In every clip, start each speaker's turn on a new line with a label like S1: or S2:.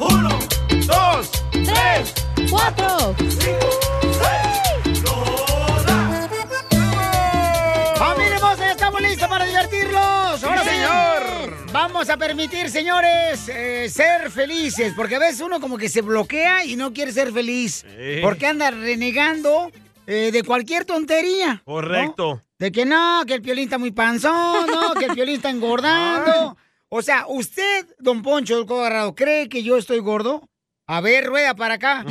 S1: Uno, dos, tres,
S2: ¡Cuatro!
S1: cinco, seis. ¡Lola!
S2: ¡Familia hermosa! ¡Estamos listos para divertirlos! ¡Ahora sí!
S1: señor!
S2: Vamos a permitir, señores, eh, ser felices, porque a veces uno como que se bloquea y no quiere ser feliz,
S3: Sí.
S2: porque anda renegando eh, de cualquier tontería. ¿no?
S3: Correcto.
S2: De que no, que el piolín está muy panzón, no, que el piolín está engordando. O sea, usted, don Poncho del Cogarrado, ¿cree que yo estoy gordo? A ver, rueda para acá.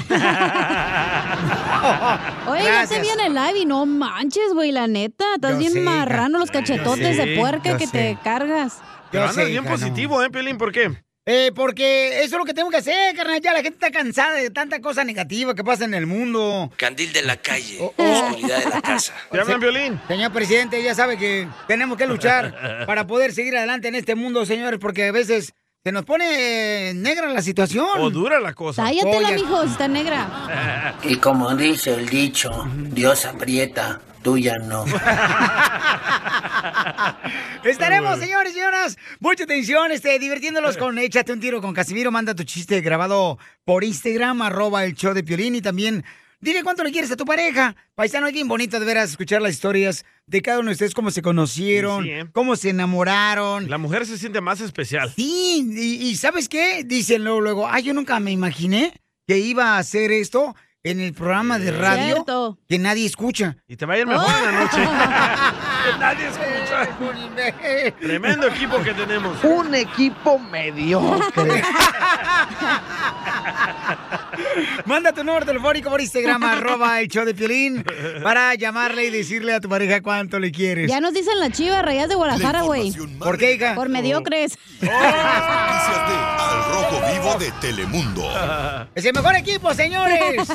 S4: Oye, ya
S2: Gracias.
S4: te vi en el live y no manches, güey, la neta. Estás bien
S2: sé, hija.
S4: marrano los cachetotes
S3: Yo sé,
S4: de puerca
S2: yo
S4: que
S2: sé.
S4: te cargas.
S2: Yo
S3: Pero andas
S2: sé,
S3: bien
S2: hija, no.
S3: positivo, ¿eh, Pelín? ¿Por qué?
S2: Eh, porque eso es lo que tengo que hacer, carnal. Ya la gente está cansada de tanta cosa negativa que pasa en el mundo.
S5: Candil de la calle,
S2: Oh, oh.
S5: oscuridad de la casa.
S3: ¿Te hablan, Violín?
S2: Señor presidente, ya sabe que tenemos que luchar para poder seguir adelante en este mundo, señores, porque a veces se nos pone eh, negra la
S3: ¿O
S2: situación.
S3: dura la cosa?
S4: Cállatela,
S2: Oye.
S4: mijo, si está negra.
S6: Y como dice el dicho, Dios aprieta, tuya no.
S2: Estaremos, señores y señoras, mucha atención, este, divirtiéndolos
S3: Eh.
S2: con Échate un tiro con Casimiro. Manda tu chiste grabado por Instagram, arroba el show de Piolín y también... Dile cuánto le quieres a tu pareja. Paisano, es bien bonito de veras escuchar las historias de cada uno de ustedes, cómo se conocieron,
S3: Sí, sí, ¿eh?
S2: cómo se enamoraron,
S3: La mujer se siente más especial.
S2: Sí, y, y ¿sabes qué? Dicen luego, luego, ay, yo nunca me imaginé que iba a hacer esto en el programa de radio
S4: Cierto.
S2: que nadie escucha.
S3: Y te va a ir mejor en la noche. Que Nadie escucha. Tremendo equipo que tenemos.
S7: Un equipo mediocre.
S2: Manda tu número telefónico por Instagram, arroba el show de Piolín, para llamarle y decirle a tu pareja cuánto le quieres.
S4: Ya nos dicen las chivas rayas de Guadalajara, güey.
S2: ¿Por qué, hija? Oh.
S4: Por mediocres.
S1: Noticias de Al Rojo Vivo de Telemundo.
S2: Es el mejor equipo, señores.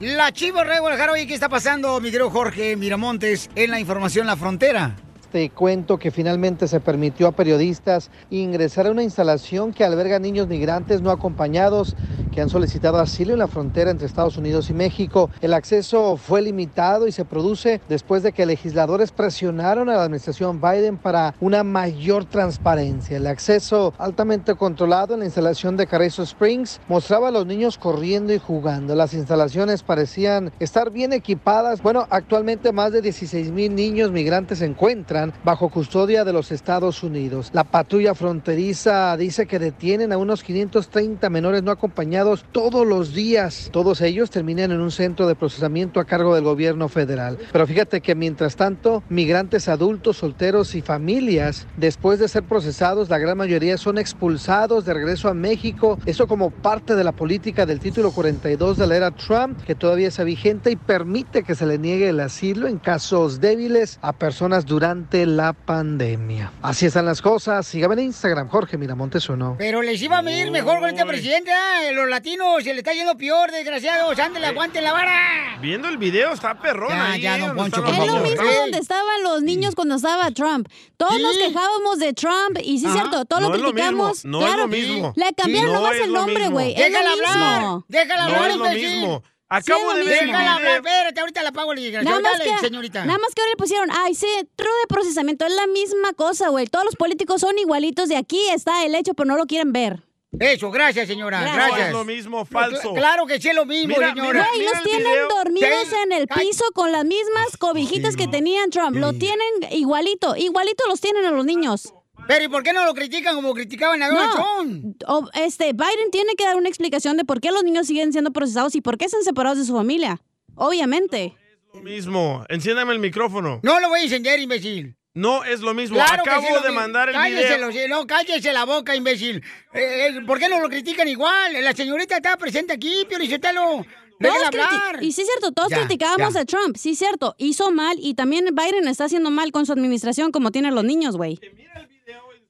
S2: La Chivas Rey Guadalajara, oye, ¿qué está pasando, mi querido Jorge Miramontes, en la información La Frontera?
S7: Te este cuento que finalmente se permitió a periodistas ingresar a una instalación que alberga niños migrantes no acompañados que han solicitado asilo en la frontera entre Estados Unidos y México. El acceso fue limitado y se produce después de que legisladores presionaron a la administración Biden para una mayor transparencia. El acceso altamente controlado en la instalación de Carrizo Springs mostraba a los niños corriendo y jugando. Las instalaciones parecían estar bien equipadas. Bueno, actualmente más de 16 mil niños migrantes se encuentran bajo custodia de los Estados Unidos. La patrulla fronteriza dice que detienen a unos 530 menores no acompañados todos los días. Todos ellos terminan en un centro de procesamiento a cargo del gobierno federal. Pero fíjate que mientras tanto, migrantes adultos, solteros y familias, después de ser procesados, la gran mayoría son expulsados de regreso a México. Eso como parte de la política del título 42 de la era Trump, que todavía está vigente y permite que se le niegue el asilo en casos débiles a personas durante la pandemia. Así están las cosas. Sígame en Instagram, Jorge Miramontes uno.
S2: Pero les iba a medir mejor con este
S3: Uy.
S2: presidente. ah, Los latinos se le está yendo peor, desgraciados. Ándale, aguanten la vara.
S3: Viendo el video, está perrón
S2: Ya,
S3: ahí.
S2: ya,
S3: ¿eh?
S2: don
S3: Donde
S2: Poncho,
S3: están
S2: por
S4: Es lo
S3: los
S2: favor.
S3: niños.
S4: mismo
S2: Ey.
S4: donde estaban los niños cuando estaba Trump. Todos nos
S2: Sí.
S4: quejábamos de Trump y sí,
S2: Ajá.
S4: cierto, todo
S3: No
S4: lo
S3: es lo
S4: criticamos.
S3: mismo, no es
S4: claro,
S3: lo mismo.
S4: Le cambiaron
S3: Sí. No
S4: nomás
S3: es
S4: el
S3: lo
S4: nombre,
S3: mismo.
S4: güey. Es
S2: Déjala
S4: lo
S2: hablar.
S4: mismo.
S2: Déjala
S3: No
S2: hablar,
S3: es lo
S2: imbécil.
S3: mismo. Acabo
S4: Sí,
S3: de
S4: es lo
S3: ver el
S4: mismo.
S2: Déjala hablar.
S3: video.
S2: Espérate, ahorita la pago, la desgraciada.
S4: Nada más,
S2: Dale,
S4: que,
S2: señorita.
S4: nada más que ahora le pusieron, ay, centro de procesamiento, es la misma cosa, güey. Todos los políticos son igualitos, de aquí está el hecho, pero no lo quieren ver.
S2: Eso, gracias, señora.
S4: Gracias.
S2: Gracias.
S3: No es lo mismo, falso.
S2: No, cl- claro que sí es lo mismo,
S3: Mira,
S2: señora.
S3: mira.
S4: Güey, los
S3: el
S4: tienen
S3: video.
S4: dormidos
S2: Sí.
S4: en el
S2: Ay.
S4: piso con las mismas cobijitas que tenían Trump. Lo tienen igualito, igualito los tienen a los niños.
S2: Pero ¿y por qué no lo critican como criticaban a Donald Trump?
S4: o- este, Biden tiene que dar una explicación de por qué los niños siguen siendo procesados y por qué están separados de su familia. Obviamente.
S3: Lo mismo. Enciéndame el micrófono.
S2: No lo voy a encender, imbécil.
S3: No es lo mismo.
S2: Claro que
S3: Acabo
S2: sí, lo
S3: de
S2: vi-
S3: mandar el
S2: cállese
S3: video.
S2: los- no, cállese la boca, imbécil. Eh, eh, ¿Por qué no lo critican igual? La señorita está presente aquí, Pio Lizotelo.
S4: Todos
S2: Déjala
S4: criti-
S2: hablar.
S4: Y sí es cierto, todos
S2: Ya,
S4: criticábamos
S2: ya.
S4: a Trump, sí es cierto, hizo mal y también Biden está haciendo mal con su administración como tienen los niños, güey.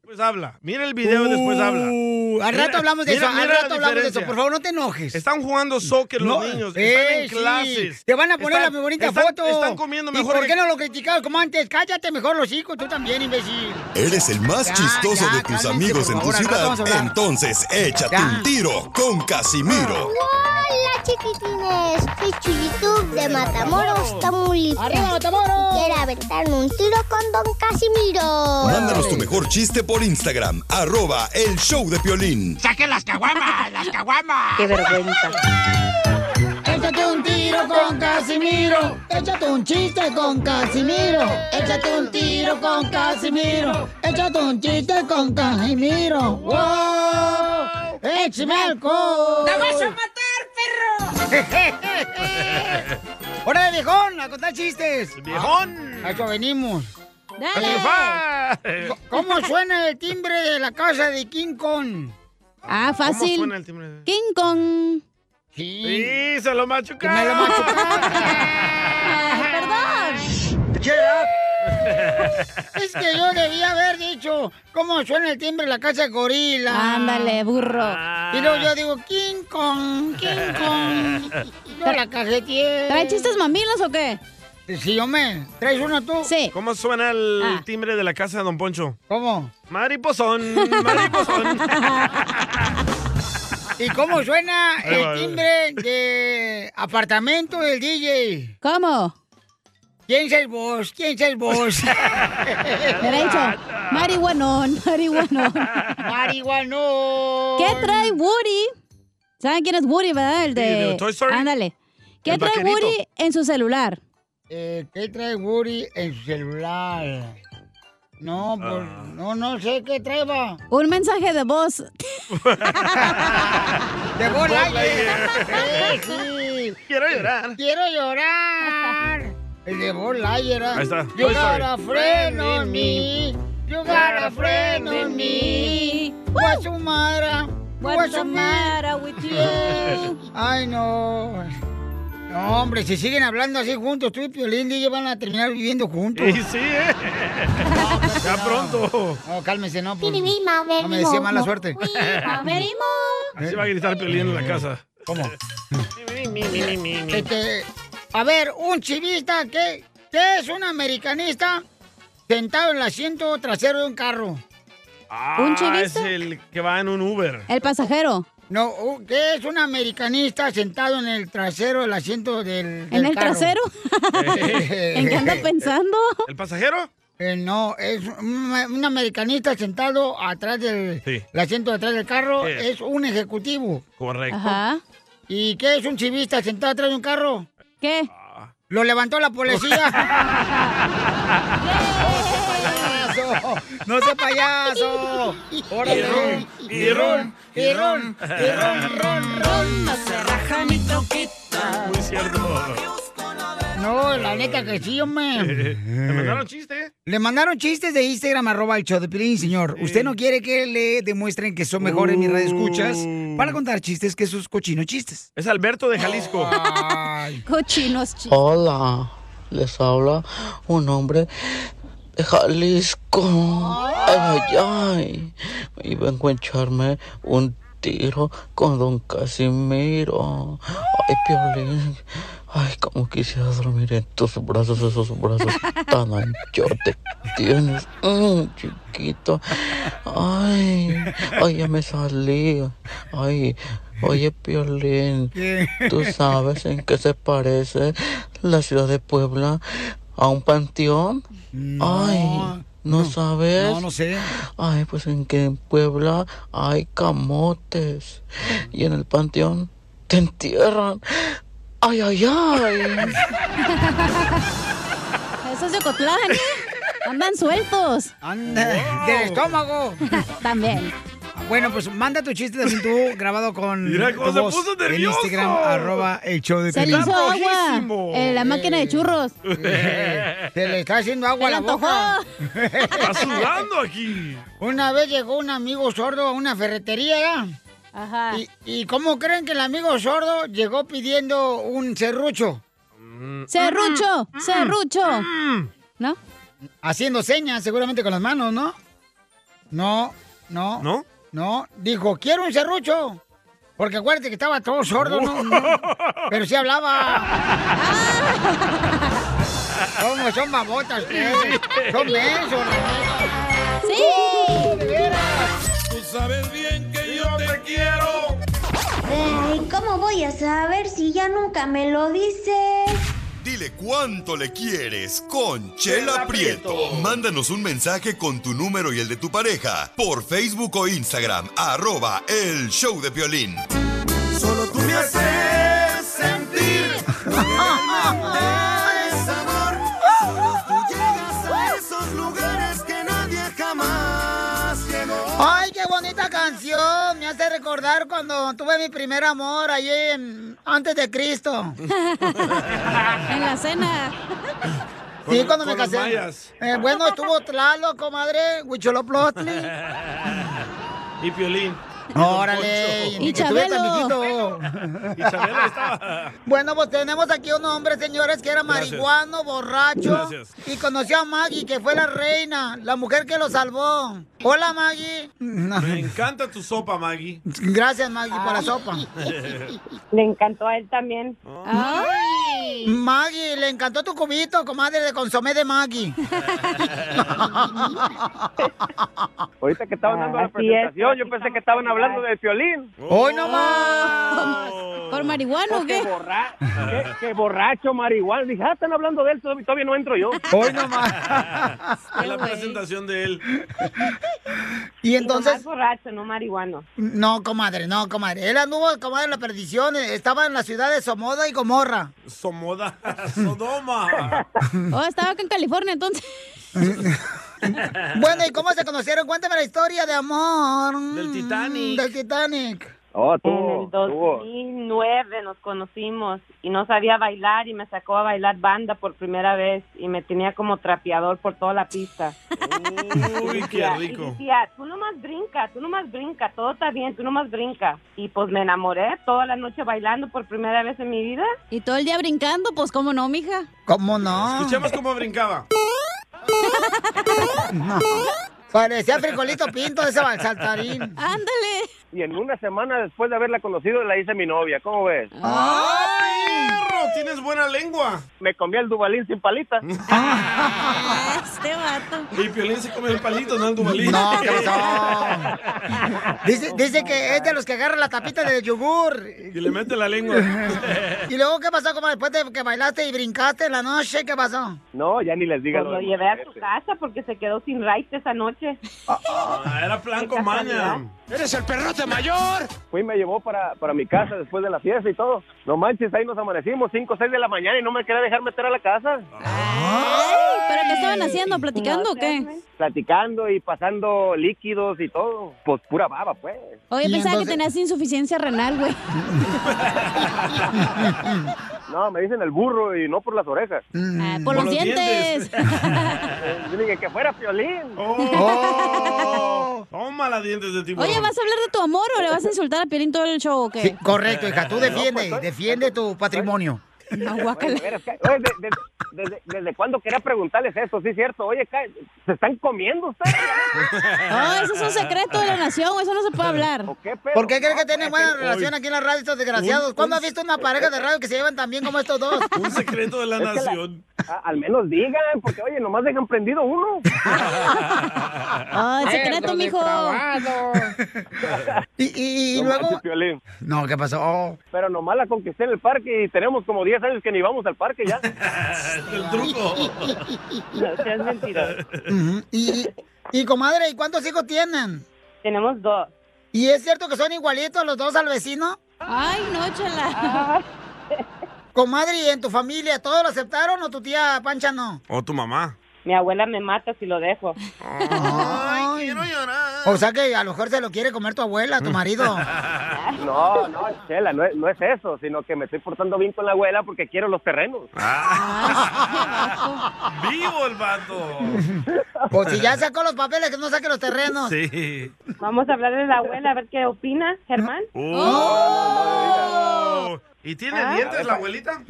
S3: Después habla. Mira el video y después habla.
S2: Uh, al rato
S3: Mira-
S2: hablamos de
S3: mira-
S2: eso, al
S3: mira la
S2: rato hablamos de eso.
S3: diferencia.
S2: Por favor, no te enojes.
S3: Están jugando soccer los
S2: No,
S3: niños.
S2: eh,
S3: están en
S2: sí.
S3: clases.
S2: Te van a poner
S3: Están-
S2: la bonita
S3: están-
S2: foto.
S3: Están comiendo mejor.
S2: ¿Y por
S3: que-
S2: qué no lo criticaban como antes? Cállate mejor los hijos, tú también, imbécil.
S1: Eres el más
S2: Ya,
S1: chistoso
S2: ya,
S1: de tus
S2: cálmense,
S1: amigos
S2: por
S1: en tu
S2: favor, al rato
S1: ciudad.
S2: vamos a hablar.
S1: Entonces, échate
S2: Ya.
S1: un tiro con Casimiro.
S8: Hola chiquitines, soy Chuyitub de Matamoros, Tamaulipas.
S2: ¡Arriba, Matamoros!
S8: Quiero aventarme un tiro con Don Casimiro.
S1: Mándanos tu mejor chiste por Instagram, arroba el show de Piolín.
S6: ¡Saquen las caguamas! ¡Las caguamas!
S9: Qué vergüenza.
S2: Échate un tiro con Casimiro. Échate un chiste con Casimiro. Échate un tiro con Casimiro. Échate un chiste con Casimiro. ¡Wow! ¡Échame alcohol! ¡Te vas a matar, perro! ¡Hora de viejón! ¡A contar chistes! Ah,
S3: ¡Viejón!
S2: A eso venimos.
S3: ¡A triunfar!
S2: ¿Cómo suena el timbre de la casa de King Kong?
S4: Ah,
S3: ¿Cómo
S4: fácil.
S3: suena el timbre?
S4: King Kong.
S2: Sí.
S3: Sí, se lo machucaron.
S2: Me lo machucaron.
S4: Ay, perdón.
S2: Es que yo debía haber dicho cómo suena el timbre de la casa de gorila.
S4: Ándale, burro.
S3: Ah.
S2: Y luego yo digo, King Kong, King Kong. Y Yo la cajeteé.
S4: ¿Trae chistes mamilos o qué?
S2: Sí, hombre. ¿Traes uno tú?
S4: Sí.
S3: ¿Cómo suena el
S4: Ah.
S3: timbre de la casa de Don Poncho?
S2: ¿Cómo?
S3: Mariposón, mariposón.
S2: ¿Y cómo suena
S3: Ahí va,
S2: el timbre de apartamento del DJ?
S4: ¿Cómo?
S2: ¿Quién es vos? ¿Quién es vos?
S4: Me lo he dicho. Marihuanón, marihuanón.
S2: Marihuano.
S4: ¿Qué trae Woody? ¿Saben quién es Woody, verdad? El de...
S3: Sí, de Toy Story.
S4: Ándale. ¿Qué
S3: El
S4: trae
S3: vaquerito.
S4: Woody en su celular?
S2: Eh, ¿Qué trae Woody en su celular? No, pues,
S3: Ah.
S2: no, no sé qué trae, va.
S4: Un mensaje de voz.
S2: Pues De bola.
S3: Lightyear.
S2: sí.
S3: Quiero llorar.
S2: Quiero llorar. El de Buzz Lightyear, ¿eh?
S3: Ahí está.
S2: You
S3: Toy Story.
S2: got a friend on me. You got a friend on me. What's the matter? What's the matter?
S4: with
S2: Ay, no. No, hombre, si siguen hablando así juntos, tú y Piolín, DJ, van a terminar viviendo juntos.
S3: Y sí, ¿eh? Ya pronto.
S2: No, cálmese, no. Pues,
S8: Piribima,
S2: no me decía mala suerte.
S8: verimo, verimo.
S3: Así va a gritar Piolín en la casa.
S2: ¿Cómo? Este, a ver, un chivista, que que es un americanista sentado en el asiento trasero de un carro?
S3: Ah,
S4: ¿Un
S3: es
S4: chivista?
S3: el que va en un Uber.
S4: El pasajero.
S2: No, u- ¿qué es un americanista sentado en el trasero del asiento del, del
S4: ¿En el
S2: carro?
S4: trasero? ¿En qué anda pensando?
S3: ¿El pasajero?
S2: Eh, no, es un, un americanista sentado atrás del
S3: Sí.
S2: el asiento de atrás del carro,
S3: Sí.
S2: es un ejecutivo.
S3: Correcto.
S4: Ajá.
S2: ¿Y qué es un chivista sentado atrás de un carro? Ah.
S4: ¿Qué?
S2: Lo levantó la policía. ¡No sé payaso! ¡No sé payaso!
S3: Y ron, y ron,
S2: y ron, y ron, ron, ron.
S3: Muy cierto.
S2: No, la neta que sí, hombre.
S3: Eh, ¿Me mandaron chiste?
S2: Le mandaron chistes de Instagram, arroba el show de Piolín, señor. Usted no quiere que le demuestren que son mejores mis radioescuchas
S3: Uh.
S2: para contar chistes que sus cochinos chistes.
S3: Es Alberto de Jalisco.
S2: Ay.
S4: Cochinos chicos.
S10: Hola, les habla un hombre de Jalisco. Ay, ay, ay. Y vengo a echarme un tiro con don Casimiro. Ay, Piolín. Ay, como quisiera dormir en tus brazos, esos brazos tan anchotes que tienes. Mm, chiquito. Ay, ay, ya me salí. Ay, oye, Piolín.
S2: ¿Qué?
S10: ¿Tú sabes en qué se parece la ciudad de Puebla a un panteón? Ay, ¿no, sabes?
S2: No, no sé.
S10: Ay, pues en que en Puebla hay camotes y en el panteón te entierran. Ay, ay, ay.
S4: Eso es de Ocotlán. ¿eh? Andan sueltos.
S2: Anda, del estómago.
S4: También.
S2: Bueno, pues manda tu chiste también tú, grabado con
S3: Mira cómo
S2: tu
S3: se
S2: voz
S3: puso
S2: en
S3: nervioso.
S2: Instagram, arroba el show de
S4: Se le
S2: Piolín.
S4: hizo agua. eh, la máquina de churros.
S2: Eh, Se le está haciendo agua a
S4: Se le
S2: la boca. Está
S3: sudando aquí.
S2: Una vez llegó un amigo sordo a una ferretería, ¿ya?
S4: Ajá.
S2: ¿Y, y cómo creen que el amigo sordo llegó pidiendo un serrucho?
S4: Mm. Serrucho, serrucho. ¿No?
S2: Haciendo señas, seguramente con las manos, ¿no? No, no.
S3: ¿No?
S2: No, dijo, quiero un serrucho. Porque acuérdate que estaba todo sordo, ¿no? No. Pero sí hablaba. ¿Cómo son babotas ustedes? Son mensos, la neta. ¡Uh, de veras!
S1: Tú sabes bien que yo te quiero.
S11: Ay, ¿cómo voy a saber si ya nunca me lo dices?
S1: Dile cuánto le quieres con Chela Prieto. Mándanos un mensaje con tu número y el de tu pareja por Facebook o Instagram, arroba el show de violín. Solo tú me haces sentir.
S2: ¡Ay, qué bonita canción! Me hace recordar cuando tuve mi primer amor allí en- antes de Cristo.
S4: en la cena.
S2: Sí,
S3: Con-
S2: cuando me
S3: con los
S2: casé.
S3: mayas.
S2: Eh, bueno, estuvo Tlaloc, comadre, Huicholoplochtli.
S3: y Piolín.
S2: Órale.
S3: Don Poncho.
S2: ni que estuviera tan viejito.
S3: Y Chabelo estaba.
S2: Bueno, pues tenemos aquí un hombre, señores, que era
S3: Gracias.
S2: marihuano, borracho.
S3: Gracias.
S2: Y conoció a Maggie, que fue la reina, la mujer que lo salvó. Hola, Maggie.
S3: Me encanta tu sopa, Maggie.
S2: Gracias, Maggie, por la sopa.
S12: Le encantó a él también.
S2: Maggie, le encantó tu cubito, comadre, de consomé de Maggie.
S13: Ahorita que estaban dando la
S12: Así es, Oh,
S13: presentación, yo pensé que estaban hablando del violín.
S2: ¡Hoy no más!
S4: ¿Por marihuana o qué?
S13: Qué, qué borracho, marihuana. Dije, ah, están hablando de él, todavía todavía no entro yo.
S2: Hoy nomás.
S3: Es la presentación de él.
S2: Y entonces...
S12: Nomás borracho, no marihuano.
S2: No, comadre, no, comadre. Él anduvo, comadre, en la perdición. eh, Estaba en la ciudad de Somoda y Gomorra.
S3: Somoda. Sodoma.
S4: Oh, estaba acá en California entonces.
S2: Bueno, ¿y cómo se conocieron? Cuéntame la historia de amor.
S3: Del Titanic.
S2: Del Titanic.
S13: Oh,
S12: En el 2009 nos conocimos y no sabía bailar y me sacó a bailar banda por primera vez y me tenía como trapeador por toda la pista.
S3: Uy, qué
S12: decía- Y
S3: rico.
S12: decía, tú nomás brinca, tú nomás brinca, todo está bien, tú nomás brinca. Y pues me enamoré toda la noche bailando por primera vez en mi vida.
S4: Y todo el día brincando, pues cómo no, mija.
S2: ¿Cómo no?
S3: Escuchemos cómo brincaba.
S2: No. Parecía frijolito pinto ese bal- saltarín.
S4: Ándale.
S13: Y en una semana después de haberla conocido, la hice mi novia. ¿Cómo ves?
S3: ¡Ah, perro! Tienes buena lengua.
S13: Me comí el Dubalín sin palita.
S4: Este vato.
S3: Y Piolín se come el palito, no el dubalín.
S2: No, ¿qué pasó? Dice, dice que es de los que agarra la tapita de yogur.
S3: Y le mete la lengua.
S2: ¿Y luego qué pasó, comadre? Después de que bailaste y brincaste en la noche, ¿qué pasó?
S13: No, ya ni les diga
S12: Pues
S13: lo
S12: lo
S13: de
S12: llevé a su
S13: Monteverde.
S12: casa porque se quedó sin right esa noche.
S3: Ah, era plan con maña.
S13: ¡Eres el perrote mayor! Fui y me llevó para, para mi casa después de la fiesta y todo. No manches, ahí nos amanecimos 5 o 6 de la mañana y no me quería dejar meter a la casa.
S4: Ay, ¿Pero qué estaban haciendo? ¿Platicando o qué?
S13: Platicando y pasando líquidos y todo. Pues pura baba, pues.
S4: Oye,
S2: Y
S4: pensaba que
S2: entonces-
S4: tenías insuficiencia renal, güey.
S13: No, me dicen el burro y no por las orejas.
S4: Ah, por, los, dientes.
S13: Yo dije que fuera Piolín.
S3: Oh, toma las dientes de tiburón.
S4: Oye, ¿vas a hablar de tu amor o le vas a insultar a Pierín todo el show o qué?
S2: Sí, correcto, hija,
S3: pues,
S2: tú defiende, defiende tu patrimonio.
S4: Aguácala.
S13: Oye, oye, de- de- desde, desde cuándo quería preguntarles eso? Sí, cierto. Oye, ca- ¿se están comiendo ustedes?
S4: No, eso es un secreto de la nación, güey, eso no se puede hablar.
S13: ¿O qué, pero?
S2: ¿Por qué crees que
S13: No,
S2: tienen
S13: pues,
S2: buena relación aquí en la radio estos desgraciados?
S3: Un-
S2: ¿Cuándo
S3: un-
S2: has visto una pareja de radio que se llevan tan bien como estos dos?
S3: Un secreto de la
S13: Es que la-
S3: nación.
S13: a- Ah, al menos digan, porque oye, nomás dejan prendido uno.
S4: Ah, el secreto, mijo.
S2: Y, y- y
S13: No
S2: luego...
S13: manches, Piolín.
S2: No, ¿qué pasó? Oh.
S13: Pero nomás la conquisté en el parque y tenemos como 10 años que ni vamos al parque ya.
S3: El truco.
S12: No seas mentira.
S2: Ujú. y, y, y, comadre, ¿y cuántos hijos tienen?
S12: Tenemos dos.
S2: ¿Y es cierto que son igualitos los dos al vecino?
S4: Ay, no, chela.
S2: Comadre, ¿y en tu familia todos lo aceptaron o tu tía Pancha no?
S3: O tu mamá.
S14: Mi abuela me mata si lo dejo.
S2: Ay, quiero llorar. O sea que a lo mejor se lo quiere comer tu abuela, tu marido.
S13: No, no, Chela, no es, no es eso, sino que me estoy portando bien con la abuela porque quiero los terrenos.
S2: Ah,
S3: ¡Vivo el vato!
S2: Pues si ya sacó los papeles, que no saque los terrenos.
S3: Sí.
S14: Vamos a hablar de la abuela, a ver qué opina, Germán.
S3: Uh. Oh. ¿Y tiene
S14: Ah.
S3: dientes la abuelita?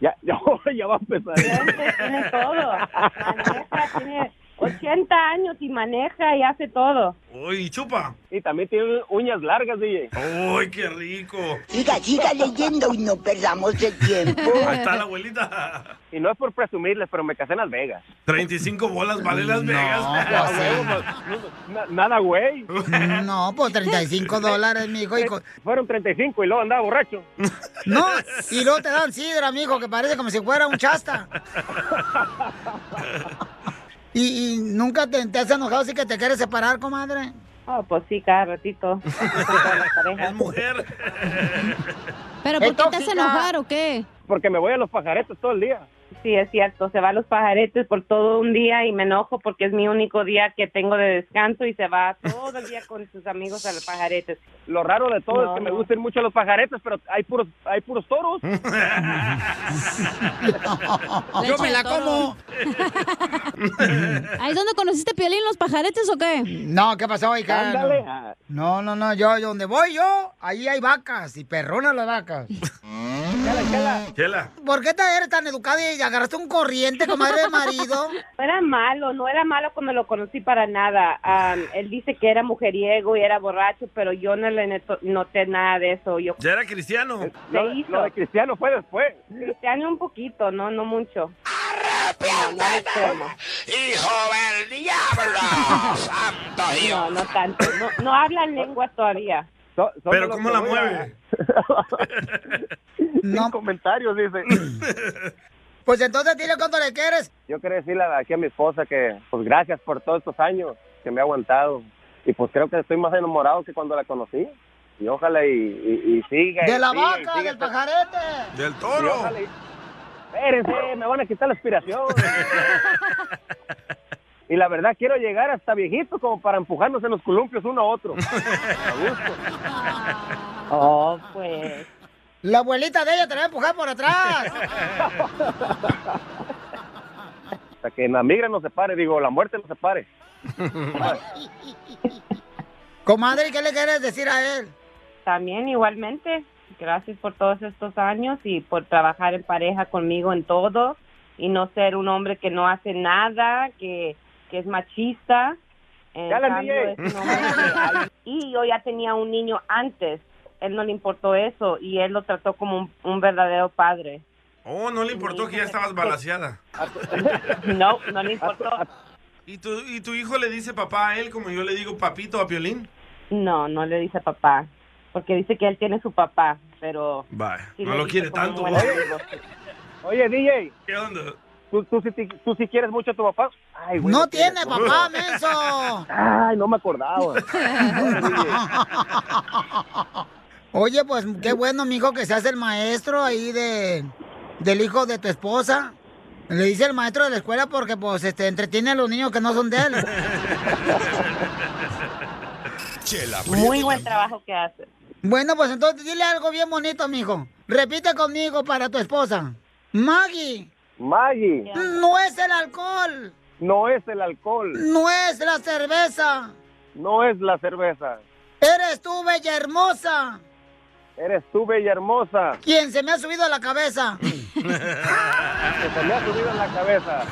S13: Ya, ya, ya va a empezar. ¿eh?
S14: Tiene todo. Maneja, tiene 80 años y maneja y hace todo.
S3: Uy, chupa.
S13: Y también tiene uñas largas, DJ.
S3: Uy, qué rico.
S15: Siga, siga leyendo y no perdamos el tiempo.
S3: Ahí está la abuelita.
S13: Y no es por presumirles, pero me casé en Las Vegas.
S3: 35 bolas vale Las Vegas.
S13: Ah, huevo, pues, na- nada, güey.
S2: No, pues 35 dólares, mijo. y co-
S13: Fueron 35 y luego andaba borracho.
S2: No, y luego te dan sidra, mijo, que parece como si fuera un chasta. ¿Y, y nunca te, te has enojado así que te quieres separar, comadre?
S14: Ah, pues sí, cada ratito.
S6: ¿Pero por qué te hace enojar o qué?
S13: Porque me voy a los pajaretes todo el día.
S14: Sí, es cierto, se va a los pajaretes por todo un día y me enojo porque es mi único día que tengo de descanso y se va todo el día con sus amigos a los pajaretes.
S13: Lo raro de todo
S14: No,
S13: es que me
S14: no.
S13: gusta ir mucho a los pajaretes, pero hay puros, hay puros toros.
S2: Yo me la como.
S6: ¿Ahí es donde conociste Piolín, los pajaretes o qué?
S2: No, ¿qué pasó, hija? No.
S6: Ándale.
S2: No, no, no, yo, yo donde voy yo, ahí hay vacas y perronas las vacas.
S3: Chela.
S2: ¿Por qué te eres tan educada y agarraste un corriente, comadre de marido?
S14: No era malo, no era malo cuando lo conocí para nada. Am, él dice que era mujeriego y era borracho, pero yo no le neto- noté nada de eso. Yo
S3: Ya era cristiano.
S14: se hizo.
S13: cristiano fue después.
S14: Cristiano un poquito, no, no mucho. No, no al extremo. No, no tanto. No, no hablan lenguas todavía.
S3: Pero ¿cómo la mueve?
S13: Sin comentarios, dice.
S2: Pues entonces dile cuánto le quieres.
S13: Yo quería decirle aquí a mi esposa que, pues gracias por todos estos años que me ha aguantado. Y pues creo que estoy más enamorado que cuando la conocí. Y ojalá y, y- y siga. y
S2: De la
S13: siga, y
S2: vaca,
S13: siga
S2: del pajarete.
S3: Del
S13: Y ojalá y- Espérense, eh, me van a quitar la aspiración. y la verdad, quiero llegar hasta viejito como para empujarnos en los columpios uno a otro.
S14: Oh, pues.
S2: La abuelita de ella te la va a empujar por atrás.
S13: Hasta que la migra nos separe, digo, la muerte nos separe.
S2: Comadre, ¿qué le quieres decir a él?
S14: También igualmente, gracias por todos estos años y por trabajar en pareja conmigo en todo y no ser un hombre que no hace nada, que, que es machista. En
S13: Ya la
S14: cambio,
S13: envié.
S14: es un hombre que hay- y yo ya tenía un niño antes, él no le importó eso y él lo trató como un, un verdadero padre.
S3: Oh, no le importó que ya estabas balaseada.
S14: No, no le importó.
S3: ¿Y tu, ¿Y tu hijo le dice papá a él como yo le digo papito a Piolín?
S14: No, no le dice papá, porque dice que él tiene su papá, pero...
S3: Vaya,
S14: sí
S3: no
S14: le
S3: lo
S14: dice
S3: quiere
S14: como un
S3: tanto.
S14: buen
S3: ¿va?
S14: amigo.
S13: Oye, DJ,
S3: ¿Qué onda?
S13: ¿tú, tú, sí ti- tú sí quieres mucho a tu papá? Ay, güey,
S2: No
S13: quieres
S2: tiene
S13: mucho.
S2: papá, menso.
S13: Ay, no me acordaba.
S2: Oye, pues qué bueno, mijo, que seas el maestro ahí de del hijo de tu esposa. Le dice el maestro de la escuela porque pues este entretiene a los niños que no son de él.
S1: Chela Prieto.
S14: Muy buen trabajo que hace.
S2: Bueno, pues entonces dile algo bien bonito, mijo. Repite conmigo para tu esposa. Maggie,
S13: Maggie,
S2: no es el alcohol,
S13: no es el alcohol,
S2: no es la cerveza.
S13: no es la cerveza.
S2: Eres tú, bella hermosa,
S13: Eres tú, bella hermosa.
S2: quien se me ha subido a la cabeza.
S13: Que se me ha subido en la cabeza.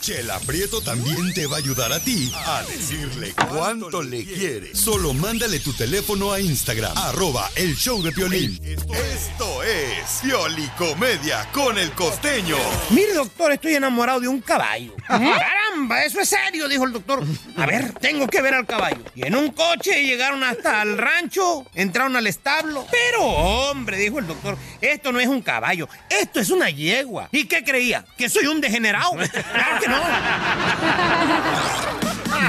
S1: Chela Prieto también te va a ayudar a ti a decirle cuánto le quieres. Solo mándale tu teléfono a Instagram, arroba el show de Piolín. Esto es Piolicomedia con el costeño.
S5: Mire, doctor, estoy enamorado de un caballo. ¡Caramba! Eso es serio, dijo el doctor. A ver, tengo que ver al caballo. Y en un coche llegaron hasta el rancho, entraron al establo. Pero, hombre, dijo el doctor, esto no es un caballo, esto es una yegua. ¿Y qué creía? ¿Que soy un degenerado?
S3: Ah,
S5: Claro que no.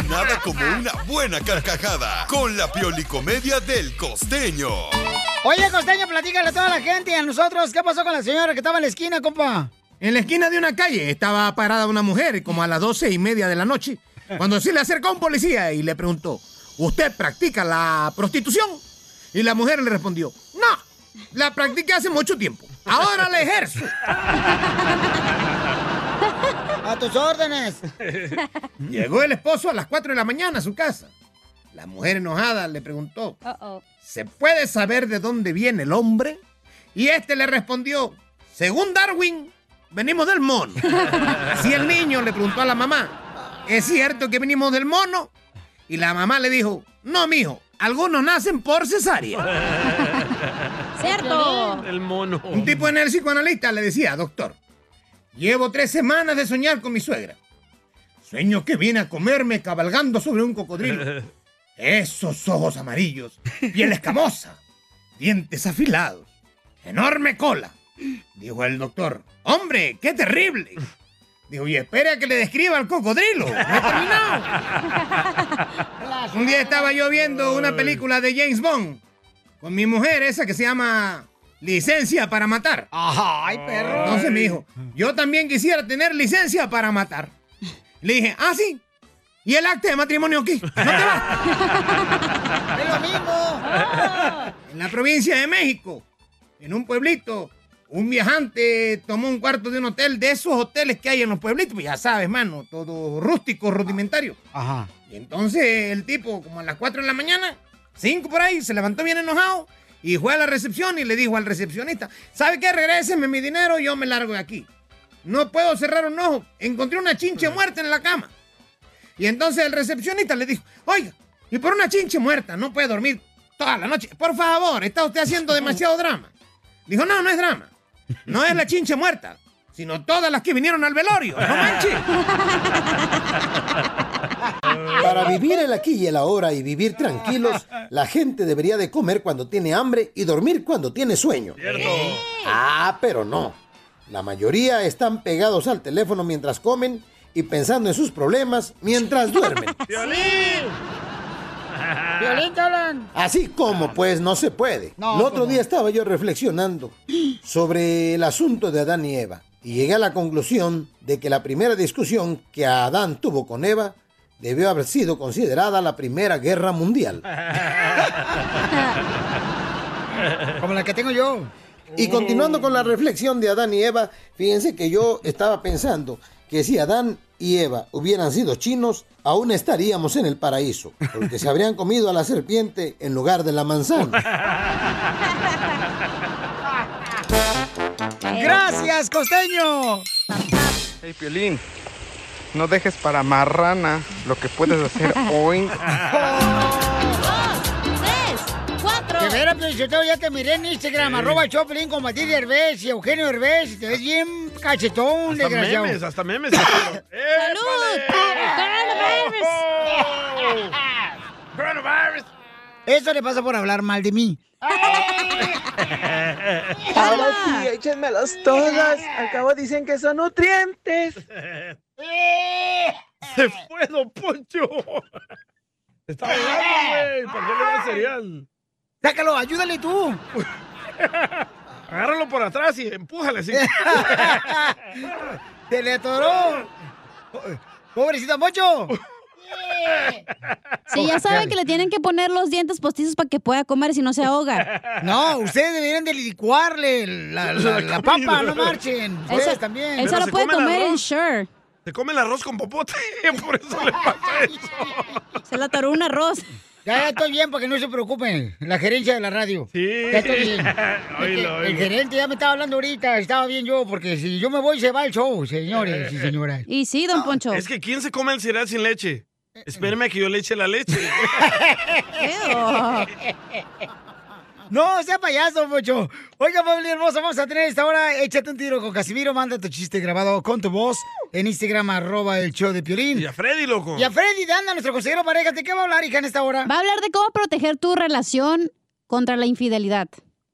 S1: Nada como una buena carcajada con la Piolicomedia del costeño.
S2: Oye, Costeño, platícale a toda la gente y a nosotros qué pasó con la señora que estaba en la esquina, compa.
S5: En la esquina de una calle estaba parada una mujer como a las doce y media de la noche, cuando se le acercó un policía y le preguntó, ¿usted practica la prostitución? Y la mujer le respondió, no, la practiqué hace mucho tiempo, ahora la ejerzo.
S2: A tus órdenes.
S5: Llegó el esposo a las 4 de la mañana a su casa. La mujer enojada le preguntó, ¿se puede saber de dónde viene el hombre? Y este le respondió, según Darwin, venimos del mono. Así el niño le preguntó a la mamá, ¿es cierto que venimos del mono? Y la mamá le dijo, no, mijo, algunos nacen por cesárea.
S4: ¡Cierto!
S5: El mono. Un tipo en el psicoanalista le decía, doctor, llevo tres semanas de soñar con mi suegra. Sueño que viene a comerme cabalgando sobre un cocodrilo. Esos ojos amarillos, piel escamosa, dientes afilados, enorme cola. Dijo el doctor, hombre, qué terrible. Dijo, y espera que le describa al cocodrilo. No he terminado. Un día estaba yo viendo una película de James Bond con mi mujer, esa que se llama Licencia para Matar.
S2: Ajá, ay, perro.
S5: Entonces me dijo, yo también quisiera tener licencia para matar. Le dije, ah, sí. ¿Y el acta de matrimonio qué? ¿No te va?
S2: ¡Es lo mismo!
S5: En la provincia de México, en un pueblito, un viajante tomó un cuarto de un hotel, de esos hoteles que hay en los pueblitos, pues ya sabes, mano, todo rústico, rudimentario.
S2: Ajá.
S5: Y entonces el tipo, como a las 4 de la mañana, 5 por ahí, se levantó bien enojado y fue a la recepción y le dijo al recepcionista, ¿sabe qué? Regréseme mi dinero, yo me largo de aquí. No puedo cerrar un ojo, encontré una chinche muerta en la cama. Y entonces el recepcionista le dijo, oiga, y por una chinche muerta no puede dormir toda la noche. Por favor, está usted haciendo demasiado drama. Dijo, no, no es drama. No es la chinche muerta, sino todas las que vinieron al velorio. No manches.
S16: Para vivir el aquí y el ahora y vivir tranquilos, la gente debería de comer cuando tiene hambre y dormir cuando tiene sueño. Ah, pero no. La mayoría están pegados al teléfono mientras comen y pensando en sus problemas mientras duermen.
S2: ¡Violín! ¡Violín, te hablan!
S16: Así como, pues, no se puede.
S2: No,
S16: el otro
S2: ¿cómo?
S16: día estaba yo reflexionando sobre el asunto de Adán y Eva y llegué a la conclusión de que la primera discusión que Adán tuvo con Eva debió haber sido considerada la Primera Guerra Mundial.
S2: Como la que tengo yo.
S16: Y continuando con la reflexión de Adán y Eva, fíjense que yo estaba pensando que si Adán y Eva hubieran sido chinos, aún estaríamos en el paraíso, porque se habrían comido a la serpiente en lugar de la manzana.
S4: Eh.
S2: ¡Gracias, costeño!
S17: Hey, Piolín, no dejes para marrana lo que puedes hacer hoy.
S2: ¡Tres! ¡Cuatro! De veras, Piolín, Sotelo, ya te miré en Instagram,
S3: Sí.
S2: arroba el Choplin con Matilde Herbés y Eugenio Herbés. Te ves bien cachetón,
S3: Hasta
S2: desgraciado.
S3: memes, hasta memes.
S2: ¡Salud! ¡Coronavirus! Eso le pasa por hablar mal de mí.
S6: Ahora sí, échenmelas todas. Al cabo dicen que son nutrientes.
S3: Se fue, don Poncho. Está bailando, güey. ¿Para qué le das cereal?
S2: Sácalo, ayúdale tú.
S3: Agárralo por atrás y empújale así.
S2: ¡Se le atoró! ¡Pobrecito Mocho!
S4: Sí, ya saben que le tienen que poner los dientes postizos para que pueda comer si no se ahoga.
S2: No, ustedes deberían de licuarle la, la- la papa, no marchen. Ustedes
S4: Eso-
S2: también.
S4: eso Pero lo se puede come el comer en arroz.
S2: Sure.
S3: Se come el arroz con popote. Por eso le pasa eso.
S2: Se le atoró un arroz. Ya, ya estoy bien, para que no se preocupen. La gerencia de la radio. Sí. Ya estoy bien.
S3: Oílo,
S2: El
S3: oílo.
S2: gerente ya me estaba hablando ahorita, estaba bien yo, porque si yo me voy se va el show, señores y señoras.
S4: Y sí, don Poncho.
S3: Es que ¿quién se come el cereal sin leche? Espérame a que yo le eche la leche.
S2: No, sea payaso, Pocho. Oiga, familia hermosa, vamos a tener esta hora. Échate un tiro con Casimiro, manda tu chiste grabado con tu voz en Instagram, arroba el show de Piolín. Y a
S3: Freddy, loco.
S2: Y a Freddy, anda, nuestro consejero pareja, ¿de qué va a hablar, hija, en esta hora?
S4: Va a hablar de cómo proteger tu relación contra la infidelidad.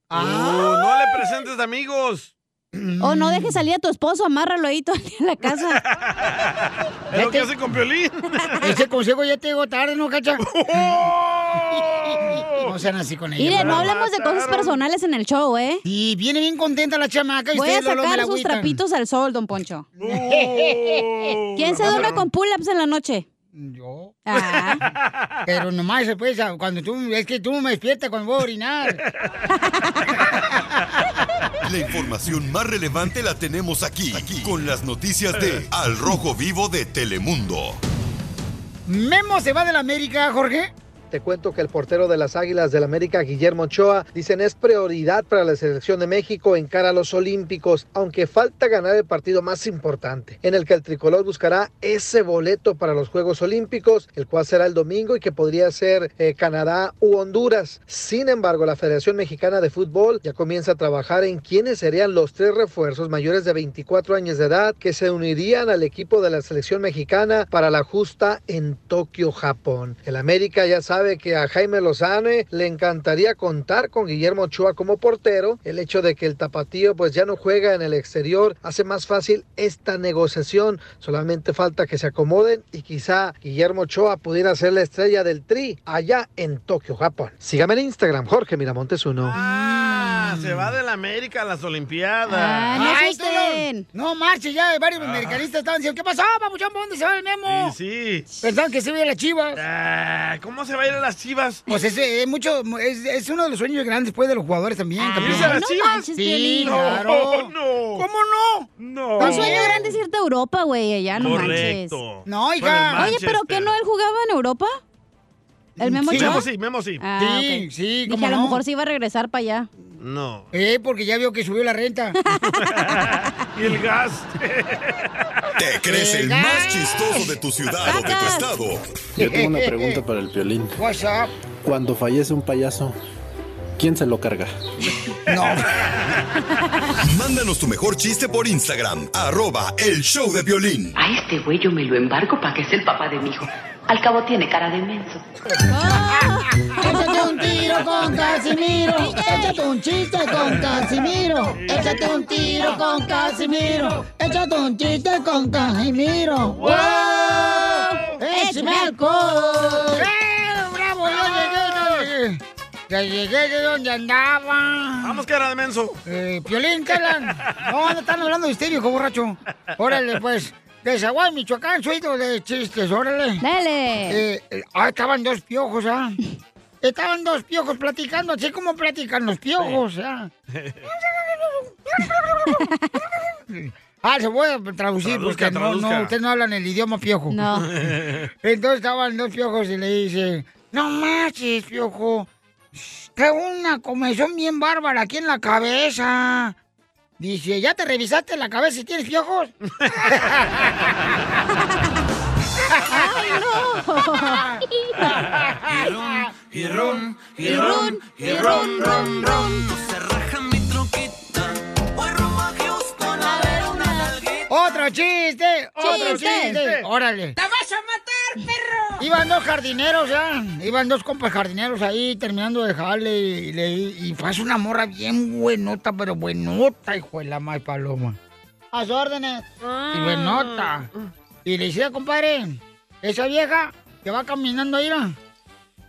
S3: Oh, no le presentes amigos.
S2: Mm.
S4: O no dejes salir a tu esposo, amárralo ahí todo el día en la casa.
S3: Es lo que hacen con Piolín.
S2: Ese consejo ya te llegó tarde, ¿no, cacha? no no sean así con ella.
S4: Mire,
S2: por
S4: no
S2: favor.
S4: hablemos de cosas personales en el show, ¿eh?
S2: Y viene bien contenta la chamaca y
S4: Voy a
S2: ustedes luego me
S4: sacar
S2: la
S4: sus
S2: agüitan.
S4: trapitos al sol, don Poncho. ¿Quién se duerme con pull-ups en la noche? Ah.
S2: Yo. Pero nomás después, cuando tú, es que tú me despiertas cuando voy a orinar.
S1: La información más relevante la tenemos aquí, aquí, con las noticias de Al Rojo Vivo de Telemundo.
S2: Memo se va de la América, Jorge.
S7: Te cuento que el portero de las Águilas del América, Guillermo Ochoa, dicen es prioridad para la selección de México en cara a los Olímpicos, aunque falta ganar el partido más importante, en el que el tricolor buscará ese boleto para los Juegos Olímpicos, el cual será el domingo y que podría ser eh, Canadá u Honduras. Sin embargo, la Federación Mexicana de Fútbol ya comienza a trabajar en quiénes serían los tres refuerzos mayores de 24 años de edad que se unirían al equipo de la selección mexicana para la justa en Tokio, Japón. El América ya sabe que a Jaime Lozano le encantaría contar con Guillermo Ochoa como portero. El hecho de que el tapatío pues ya no juega en el exterior hace más fácil esta negociación. Solamente falta que se acomoden y quizá Guillermo Ochoa pudiera ser la estrella del tri allá en Tokio, Japón. Sígame en Instagram, Jorge Miramontes uno.
S3: Ah, se va de la América a las Olimpiadas.
S4: Ah,
S2: Ay, tú No, no marches ya, varios americanistas estaban diciendo, ¿qué pasó, papuchón? ¿Para dónde se va el Memo?
S3: Sí, sí.
S2: Pensaban que se iba a ir a las chivas.
S3: Ah, ¿Cómo se va a ir a las chivas?
S2: Pues es, es mucho, es, es uno de los sueños grandes pues, de los jugadores también.
S4: Ah,
S2: campeón.
S3: ¿irse a las No chivas? manches,
S2: sí,
S3: Piolín.
S2: claro.
S3: No, no.
S2: ¿Cómo no?
S3: No.
S4: Un sueño grande es irte a Europa, güey, allá, no
S3: Correcto.
S4: manches.
S3: No, hija. Con el
S4: Oye, ¿pero qué no él jugaba en Europa? ¿El Memo
S3: sí,
S4: Ochoa?
S3: Memo sí, Memo sí.
S4: Ah, ok. Dije,
S2: cómo
S4: a lo
S2: no.
S4: mejor se iba a regresar para allá.
S3: No.
S2: Eh, porque ya vio que subió la renta.
S3: y el gas.
S1: ¿Te crees el más chistoso de tu ciudad o de tu estado?
S18: Yo tengo una pregunta para el violín.
S2: What's up?
S18: Cuando fallece un payaso, ¿quién se lo carga?
S1: Mándanos tu mejor chiste por Instagram, arroba el show de violín.
S19: A este güey yo me lo embarco para que sea el papá de mi hijo. Al cabo tiene cara de menso.
S2: Échate un tiro con Casimiro. Échate un chiste con Casimiro. Échate un tiro con Casimiro. Échate un chiste con Casimiro. ¡Wow! ¡Échame alcohol! ¡Bravo! Yo llegué, ya llegué de donde andaba.
S3: Vamos, cara de menso.
S2: Eh, Piolín, ¿qué hablan? No, no están hablando de usted, viejo borracho. Órale, pues. De Zaguay, Michoacán, suelto de chistes, órale. Dale. ah, estaban dos piojos, ¿ah? Estaban dos piojos platicando, así como platican los piojos, ¿ah? Ah, se voy a traducir
S3: Traduzca,
S2: porque no,
S3: traduzca.
S2: no, ustedes no hablan el idioma piojo.
S3: No.
S2: Entonces estaban dos piojos y le dice, no marches, piojo. Tengo una comezón bien bárbara aquí en la cabeza. Dice, ¿ya te revisaste la cabeza y tienes piojos? ¡Ay, no!
S6: Y ron,
S2: y ron,
S6: y ron, ron, ron. No se raja mi
S2: ¡Otro chiste! ¡Otro
S6: Chiste.
S2: chiste! ¡Órale!
S6: ¡La vas a matar, perro!
S2: Iban dos jardineros, ¿ya? Iban dos compas jardineros ahí terminando de jale y, le- y pasa una morra bien buenota, pero buenota, hijo de la más paloma. A sus órdenes. Y buenota. Y le decía, compadre, esa vieja que va caminando ahí, ¿no?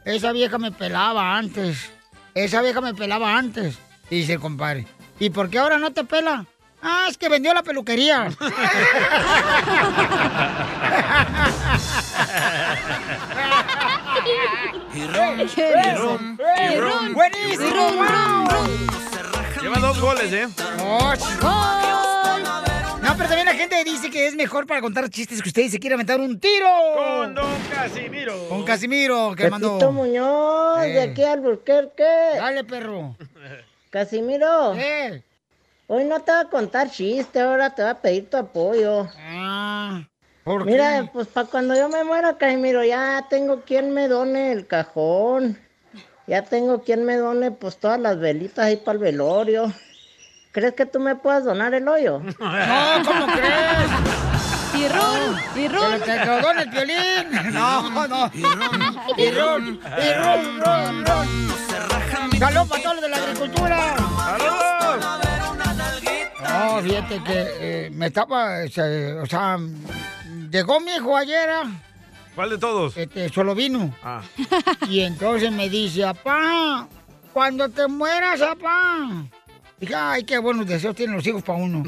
S2: esa vieja me pelaba antes. Esa vieja me pelaba antes. Dice el compadre. ¿Y por qué ahora no te pela? Ah, es que vendió la peluquería.
S6: Y ron, y ron, y ron.
S2: ¡Buenísimo!
S3: Lleva dos goles, ¿eh?
S2: No, pero también la gente dice que es mejor para contar chistes que ustedes se quiere aventar un tiro. Con
S3: Don Casimiro.
S2: Con Casimiro, que
S20: Pepito
S2: mandó.
S20: Muñoz,
S2: Eh.
S20: de aquí al Burquerque.
S2: Dale, perro.
S20: Casimiro. Hoy no te voy a contar chiste, ahora te voy a pedir tu apoyo.
S2: Ah, ¿por qué?
S20: Mira, pues para cuando yo me muera, Casimiro, ya tengo quien me done el cajón. Ya tengo quien me done pues todas las velitas ahí para el velorio. ¿Crees que tú me puedas donar el hoyo?
S2: No, ¿cómo crees?
S20: Y
S2: ron,
S20: y
S2: ron. Que lo done el violín. No, no. Y ron, y ron, y ron, ron, ron. Saludos para todos los de la agricultura. Saludos. No, este, fíjate que eh, me estaba, eh, se- o sea, llegó mi hijo ayer ah,
S3: ¿Cuál de todos? Ah.
S2: Este, solo vino. Y entonces me dice, apá, cuando te mueras, apá. Dije, ay, qué buenos deseos tienen los hijos para uno.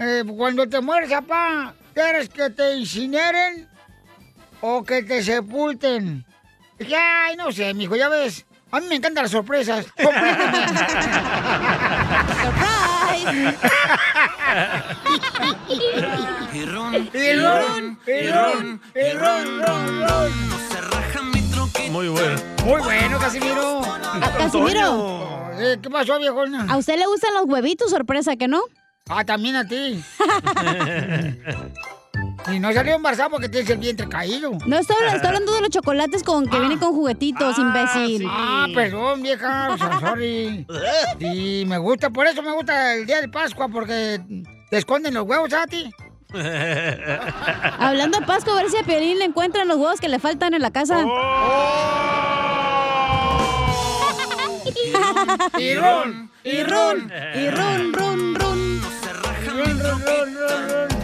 S2: Eh, cuando te mueres, apá, ¿quieres que te incineren o que te sepulten? Dije, ay, no sé, mijo, ya ves. A mí me encantan las sorpresas. ¡Surprise!
S6: Pirrón, pirrón, pirrón, pirrón, ron, ron. No se raja mi troquito.
S3: Muy bueno.
S2: Muy bueno, Casimiro.
S4: Casimiro.
S2: Eh, ¿Qué pasó, viejona?
S4: ¿A usted le gustan los huevitos, sorpresa, que no?
S2: Ah, también a ti. Y no salió embarazada porque tienes el vientre caído. Ah,
S4: No, estoy, estoy hablando de los chocolates con que vienen con juguetitos, imbécil.
S2: Ah, perdón, vieja. o sea, Sorry. Sí, me gusta. Por eso me gusta el día de Pascua, porque te esconden los huevos a ti.
S4: Hablando de Pascua, a ver si a Piolín le encuentran los huevos que le faltan en la casa.
S3: Oh.
S6: Y ron, y ron, y ron, ron, ron. No se raja mi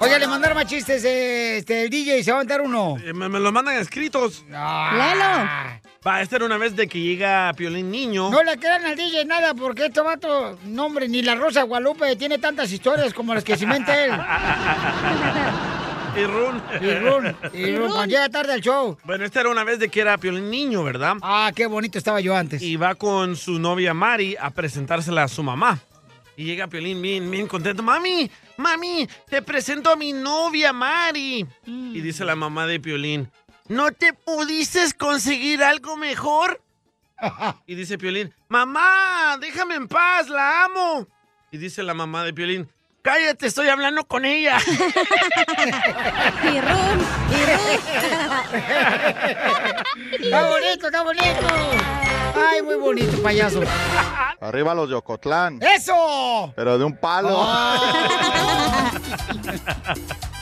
S2: Oye, le mandaron más chistes eh, este, el DJ, se va a aventar uno.
S3: Eh, Me, me los mandan escritos. Va, esta era una vez de que llega Piolín niño.
S2: No le crean al DJ nada porque este vato, no hombre, ni la Rosa Guadalupe tiene tantas historias como las que se inventa él.
S3: Y run.
S2: Y run, y run, cuando llega tarde al show.
S3: Bueno, esta era una vez de que era Piolín niño, ¿verdad?
S2: Ah, qué bonito estaba yo antes.
S3: Y va con su novia Mari a presentársela a su mamá. Y llega Piolín bien, bien contento. Mami, mami, te presento a mi novia Mari. Y dice la mamá de Piolín, ¿no te pudiste conseguir algo mejor? y dice Piolín, mamá, déjame en paz, la amo. Y dice la mamá de Piolín, cállate, estoy hablando con ella.
S2: Está bonito, está bonito. Ay, muy bonito, payaso.
S16: Arriba los de Ocotlán.
S2: ¡Eso!
S16: Pero de un palo.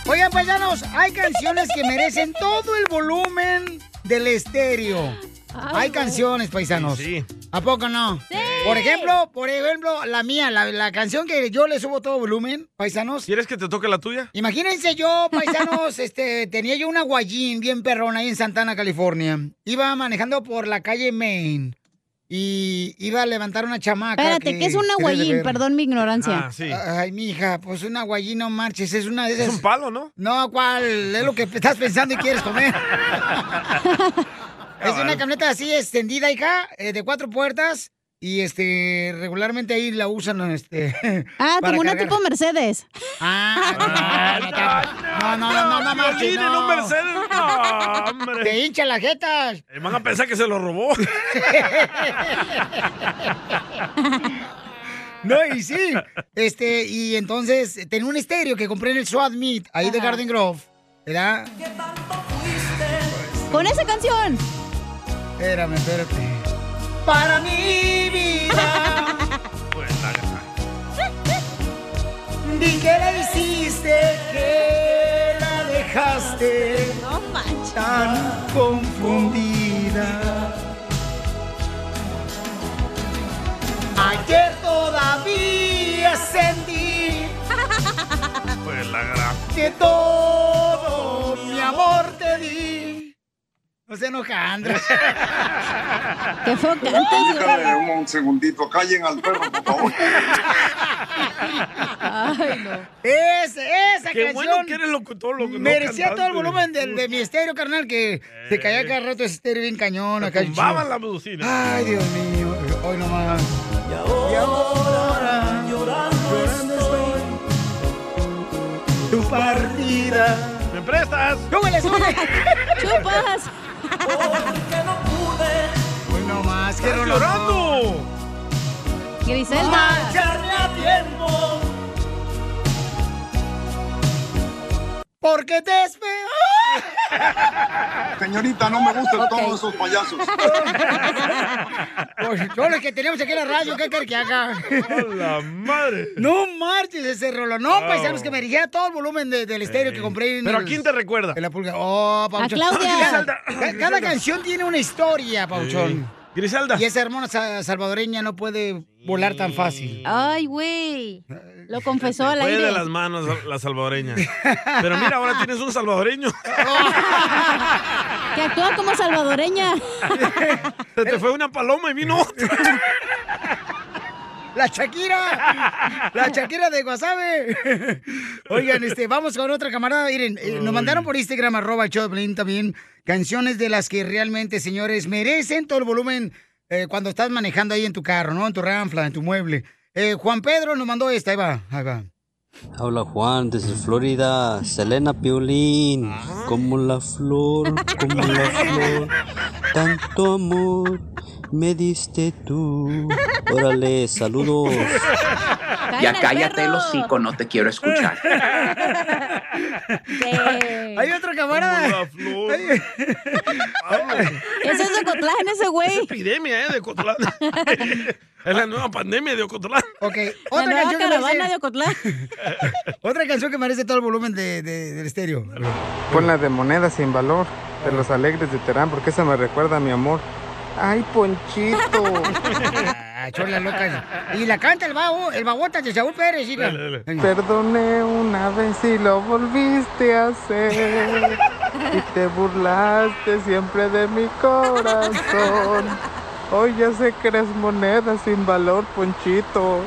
S2: Oigan, paisanos, hay canciones que merecen todo el volumen del estéreo. hay canciones, paisanos. ¿A poco no? Por ejemplo, por ejemplo, la mía, la, la canción que yo le subo todo volumen, paisanos.
S3: ¿Quieres que te toque la tuya?
S2: Imagínense yo, paisanos, este, tenía yo una guayín bien perrona ahí en Santana, California. Iba manejando por la calle Main y iba a levantar una chamaca.
S4: Espérate, ¿qué es una
S2: que debe de
S4: guayín?
S2: ver.
S4: Perdón mi ignorancia.
S2: Ay, mija, pues una guayín, no marches, es una de esas.
S3: Ah, Es un palo, ¿no?
S2: No, ¿cuál? Es lo que estás pensando y quieres comer. es una camioneta así extendida, hija, eh, de cuatro puertas. Y este, regularmente ahí la usan, este.
S4: Ah,
S2: para
S4: como una
S2: cargar.
S4: tipo Mercedes.
S2: No, no, no, no, no, marches,
S3: Piolín en
S2: no.
S3: un Mercedes. No, hombre.
S2: Te hincha las jetas.
S3: Eh, Van a pensar que se lo robó.
S2: No, y sí. Este, y entonces tenía un estéreo que compré en el Swap Meet, ahí de Garden Grove. ¿Verdad?
S4: Con esa canción.
S2: Espérame, espérate.
S6: Para mi vida.
S2: Vi que la hiciste, que la dejaste tan confundida. Ayer todavía sentí
S3: Pues la gran.
S2: que todo mi amor te di. No se enoja, Andrés.
S4: Qué feo
S21: Déjale un, un segundito, callen al perro, por favor.
S2: Ay, no. Esa, esa
S6: Qué
S2: canción.
S6: bueno que eres locutor, loco, no
S2: Merecía todo el
S6: cantante.
S2: volumen del- de, mi estéreo, carnal, que se caía cada rato ese estéreo bien cañón. Acá,
S6: tumbaban
S3: Eh. la
S6: bocina.
S2: Ay, Dios mío. Hoy nomás. Y ahora,
S6: llorando estoy.
S2: tu partida.
S3: ¿Me prestas?
S2: ¡Súbele, súbele!
S4: ¡Chupas!
S6: Porque no pude
S2: Hoy nomás. ¡Qué
S6: ¡Estás
S2: rolón!
S3: llorando!
S6: marcharme a tiempo.
S2: Porque te espero. Ah.
S21: Señorita, no me gustan todos esos payasos.
S2: Pues todos los que tenemos aquí en la radio, ¿qué quieres que haga?
S3: la madre!
S2: No marches ese rolo. No,
S3: Wow.
S2: paisanos, que me dirigía todo el volumen de- del estéreo que compré. En
S3: ¿Pero
S2: el-
S3: a quién te recuerda?
S2: En la pulga. Oh, Pauchón.
S3: Griselda.
S2: Cada, cada canción tiene una historia, Pauchón.
S3: Griselda.
S2: Y esa hermosa salvadoreña no puede volar tan fácil.
S4: Ay, güey. Lo confesó al
S3: Fue de
S4: aire.
S3: las manos la salvadoreña. Pero mira, ahora tienes un salvadoreño.
S4: Que actúa como salvadoreña.
S3: Se te fue una paloma y vino otra.
S2: ¡La Shakira! ¡La Shakira de Guasave! Oigan, este, vamos con otra camarada. Miren, eh, nos mandaron por Instagram, arroba el show de Piolín, también canciones de las que realmente, señores, merecen todo el volumen eh, cuando estás manejando ahí en tu carro, ¿no? En tu ranfla, en tu mueble. Eh, Juan Pedro nos mandó esta, ahí va, ahí va.
S22: Habla Juan desde Florida, Selena Piolín, como la flor, como la flor, tanto amor me diste tú. Órale, saludos.
S2: Ya cállate el hocico,
S22: no te quiero escuchar.
S2: Hay otra camarada. Hay-
S4: Ese es de Cotlán, ese güey.
S3: Es epidemia, ¿eh? De Cotlán. es la nueva pandemia de Ocotlán.
S2: Ok,
S4: La
S2: otra
S4: nueva
S2: canción, que
S4: caravana
S2: merece,
S4: de Ocotlán.
S2: otra canción que merece todo el volumen de- de- del estéreo.
S17: Pon la de moneda sin valor, de los alegres de Terán, porque esa me recuerda a mi amor. Ay, Ponchito.
S2: Ah, chola loca. Y la canta el babo, el babota de Saúl Pérez, hija.
S17: Perdoné una vez y lo volviste a hacer. Y te burlaste siempre de mi corazón. Hoy ya sé que eres moneda sin valor, Ponchito.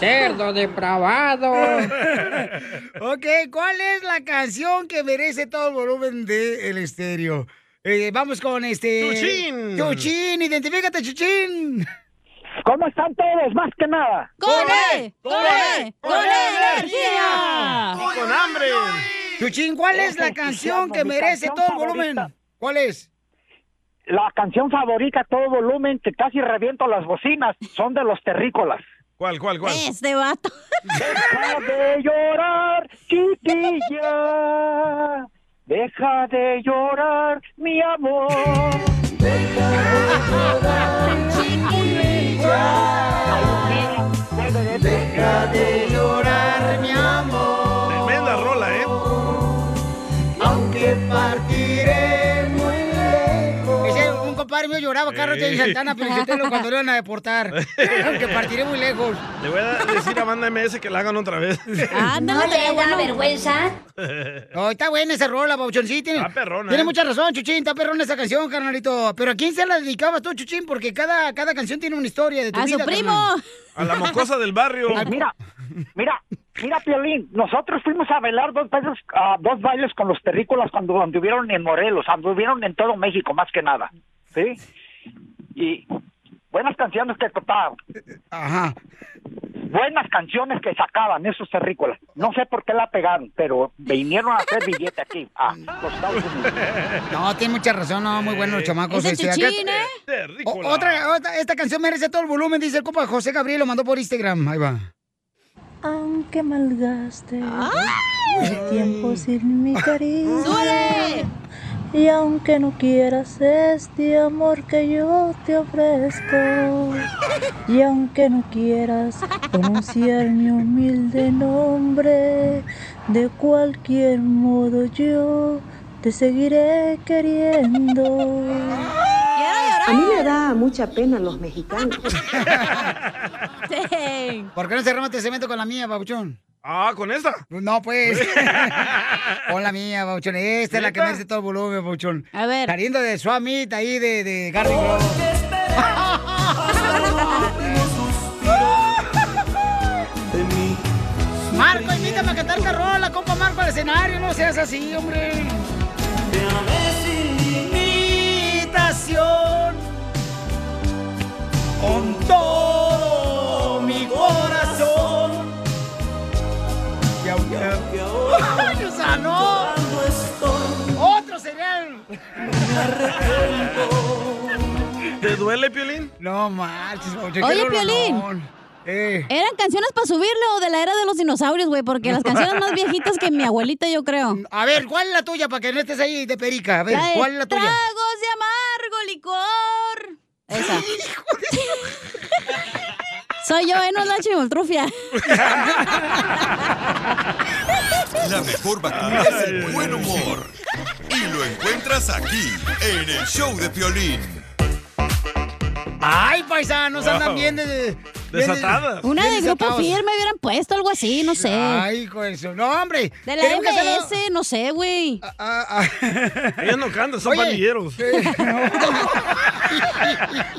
S2: Cerdo depravado. ok, ¿cuál es la canción que merece todo el volumen del estéreo? Eh, vamos con este.
S6: Chuchín.
S2: Chuchín, identifícate, Chuchín.
S23: ¿Cómo están todos? Más que nada.
S6: E,
S2: ¡Corre!
S4: E,
S6: ¡Corre! ¡Corre
S2: E, energía!
S3: Y E, con hambre.
S2: Chuchín, ¿cuál es la
S23: Ese
S2: canción
S23: infierno,
S2: que
S23: Oh, mi
S2: merece
S23: canción
S2: todo el
S23: favorita.
S2: volumen? ¿Cuál es?
S23: La canción favorita, todo volumen, que casi reviento las bocinas, son de los terrícolas.
S3: ¿Cuál, cuál, cuál?
S2: Eh,
S4: Este vato.
S23: Deja de llorar, chiquilla. Deja de llorar, mi amor. Deja de llorar, chiquilla. Deja de llorar, mi amor.
S3: Tremenda rola, ¿eh?
S23: Aunque
S2: Partiré muy lejos. Ese, un compadre mío lloraba, Carlos de
S3: Sí.
S2: Santana, pero cuando lo iban a deportar. Aunque partiré muy lejos.
S3: Le voy a decir a Banda MS que la hagan otra vez.
S2: Ah, no le da
S23: vergüenza.
S2: No, está buena esa rola, Bauchón. Sí,
S3: Ah,
S2: tiene,
S3: eh.
S2: tiene mucha razón, Chuchín. Está perrona esa canción, carnalito. Pero ¿a quién se la dedicabas tú, Chuchín? Porque cada, cada canción tiene una historia de tu vida, carnal.
S3: A la mocosa del barrio.
S23: Mira, mira, mira, Piolín, nosotros fuimos a bailar dos veces, a dos bailes con los terrícolas cuando anduvieron en Morelos, anduvieron en todo México, más que nada, ¿sí? Y buenas canciones que tocaban.
S2: Ajá.
S23: Buenas canciones que sacaban esos terrícolas. No sé por qué la pegaron, pero vinieron a hacer billete aquí, a los Estados Unidos.
S2: No, tiene mucha razón. No, muy buenos los chamacos.
S23: Ese
S2: este, acá-
S23: Chuchín, ¿eh?
S2: O- otra, otra- esta canción merece todo el volumen, dice el compa José Gabriel. Lo mandó por Instagram. Ahí va.
S24: Aunque malgaste el tiempo sin mi cariño. Y aunque no quieras este amor que yo te ofrezco. Y aunque no quieras pronunciar mi humilde nombre. De cualquier modo yo te seguiré queriendo.
S4: A mí me
S24: da mucha pena los mexicanos.
S2: ¿Por qué no cerramos este cemento con la mía, Bauchón?
S3: Ah, ¿con esta?
S2: No, pues. con la mía, Bauchón. Esta es la que merece todo el volumen, Bauchón. A ver. Saliendo de Swamit ahí de, de Garden Grove. Marco, invítame a cantar esta rola, compa Marco, al escenario. No seas así, hombre. invitación
S6: Con todo mi corazón.
S2: Y aunque
S6: ahora
S2: ¡Gusano! ¡Otro cereal!
S3: ¿Te duele, Piolín?
S2: No marches, Bauchón.
S4: Oye,
S2: qué
S4: Piolín.
S2: rolonón. Eh.
S4: Eran canciones para subirle o de la era de los dinosaurios, güey, porque las canciones más viejitas que mi abuelita, yo creo.
S2: A ver, ¿cuál es la tuya para que no estés ahí de perica? A ver,
S4: La de
S2: ¿cuál es la tuya?
S4: Tragos de amargo licor. Esa. Soy yo, ¿eh? No es la chimoltrufia.
S1: La mejor vacuna es el buen humor. Y lo encuentras aquí, en el show de Piolín.
S2: Ay, paisanos, andan eh, bien de... bien
S1: Desatadas.
S4: Una de
S2: bien
S4: grupo
S2: desatados.
S4: firme hubieran puesto algo así, no sé.
S2: Ay, hijo de su- No, hombre.
S4: De la
S2: tenemos que Ah, hacerlo-
S4: MS, no sé, güey.
S3: Ellos no cantan, son
S2: Oye,
S3: pandilleros.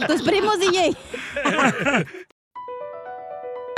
S4: Tus primos, DJ.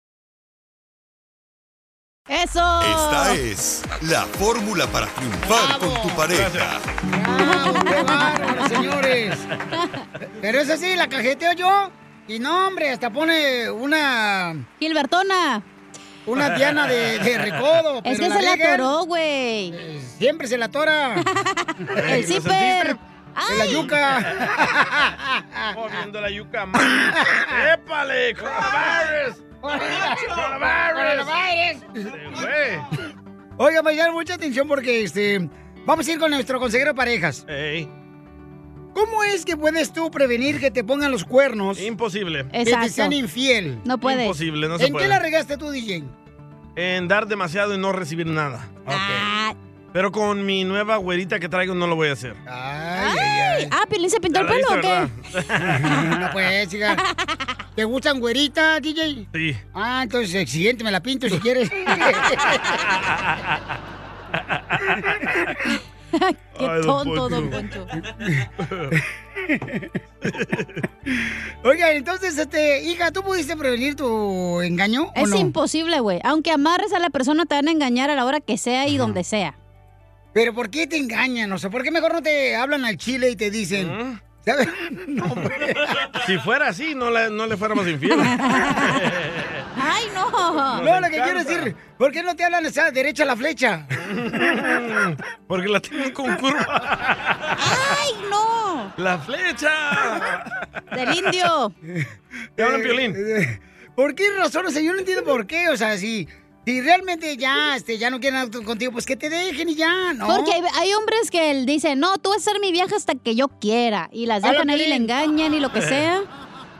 S4: Eso.
S1: Esta es la fórmula para triunfar con tu pareja.
S2: señores. Pero eso sí, la cajeteo yo. Y no, hombre, hasta pone una.
S4: Gilbertona.
S2: Una Diana de, de recodo.
S4: Es
S2: pero
S4: que se la
S2: riegan.
S4: atoró, güey.
S2: Siempre se la atora.
S4: El zipper.
S2: En la yuca.
S3: Moviendo la yuca más. ¡Épale! ¡Coronavirus!
S2: ¡Coronavirus!
S3: ¡Güey!
S2: Oiga, mañana mucha atención porque este. Vamos a ir con nuestro consejero de parejas. ¿Cómo es que puedes tú prevenir que te pongan los cuernos?
S3: Imposible.
S2: Que te sean infiel.
S4: No
S3: puedes. Imposible, no se
S2: ¿En
S3: puede.
S2: qué la regaste tú, DJ?
S3: En dar demasiado y no recibir nada.
S4: Ah.
S3: Pero con mi nueva güerita que traigo no lo voy a hacer.
S4: Ay, ah, Piolín se pintó el
S3: Ya la
S4: pelo o
S3: hice,
S4: qué?
S2: no puedes, chica. pues, ¿Te gustan güeritas, DJ?
S3: Sí.
S2: Ah, entonces exigente, me la pinto si quieres.
S4: Qué
S2: Ay, don
S4: tonto,
S2: Poncho.
S4: don Poncho.
S2: Oiga, entonces, este, hija, ¿tú pudiste prevenir tu engaño? o
S4: Es
S2: no?
S4: imposible, güey. Aunque amarres a la persona, te van a engañar a la hora que sea y donde sea.
S2: Pero ¿por qué te engañan? O sea, ¿por qué mejor no te hablan al chile y te dicen? ¿Sabes? No, hombre.
S3: Si fuera así, no, la- no le fuéramos infiel.
S4: ¡Ay, no!
S2: No, lo que quiero decir, ¿por qué no te hablan esa derecha a la flecha?
S3: Porque la tienen con curva.
S4: ¡Ay, no!
S3: ¡La flecha!
S4: Del indio.
S3: Te
S2: Eh,
S3: hablan violín.
S2: ¿Por qué razones? O sea, yo no entiendo por qué. O sea, si, si realmente ya, este, ya no quieren auto contigo, pues que te dejen y ya, ¿no?
S4: Porque hay, hay hombres que él dicen, no, tú vas a ser mi vieja hasta que yo quiera. Y las dejan
S3: Habla,
S4: ahí y le
S3: Piolín.
S4: engañan y lo que sea.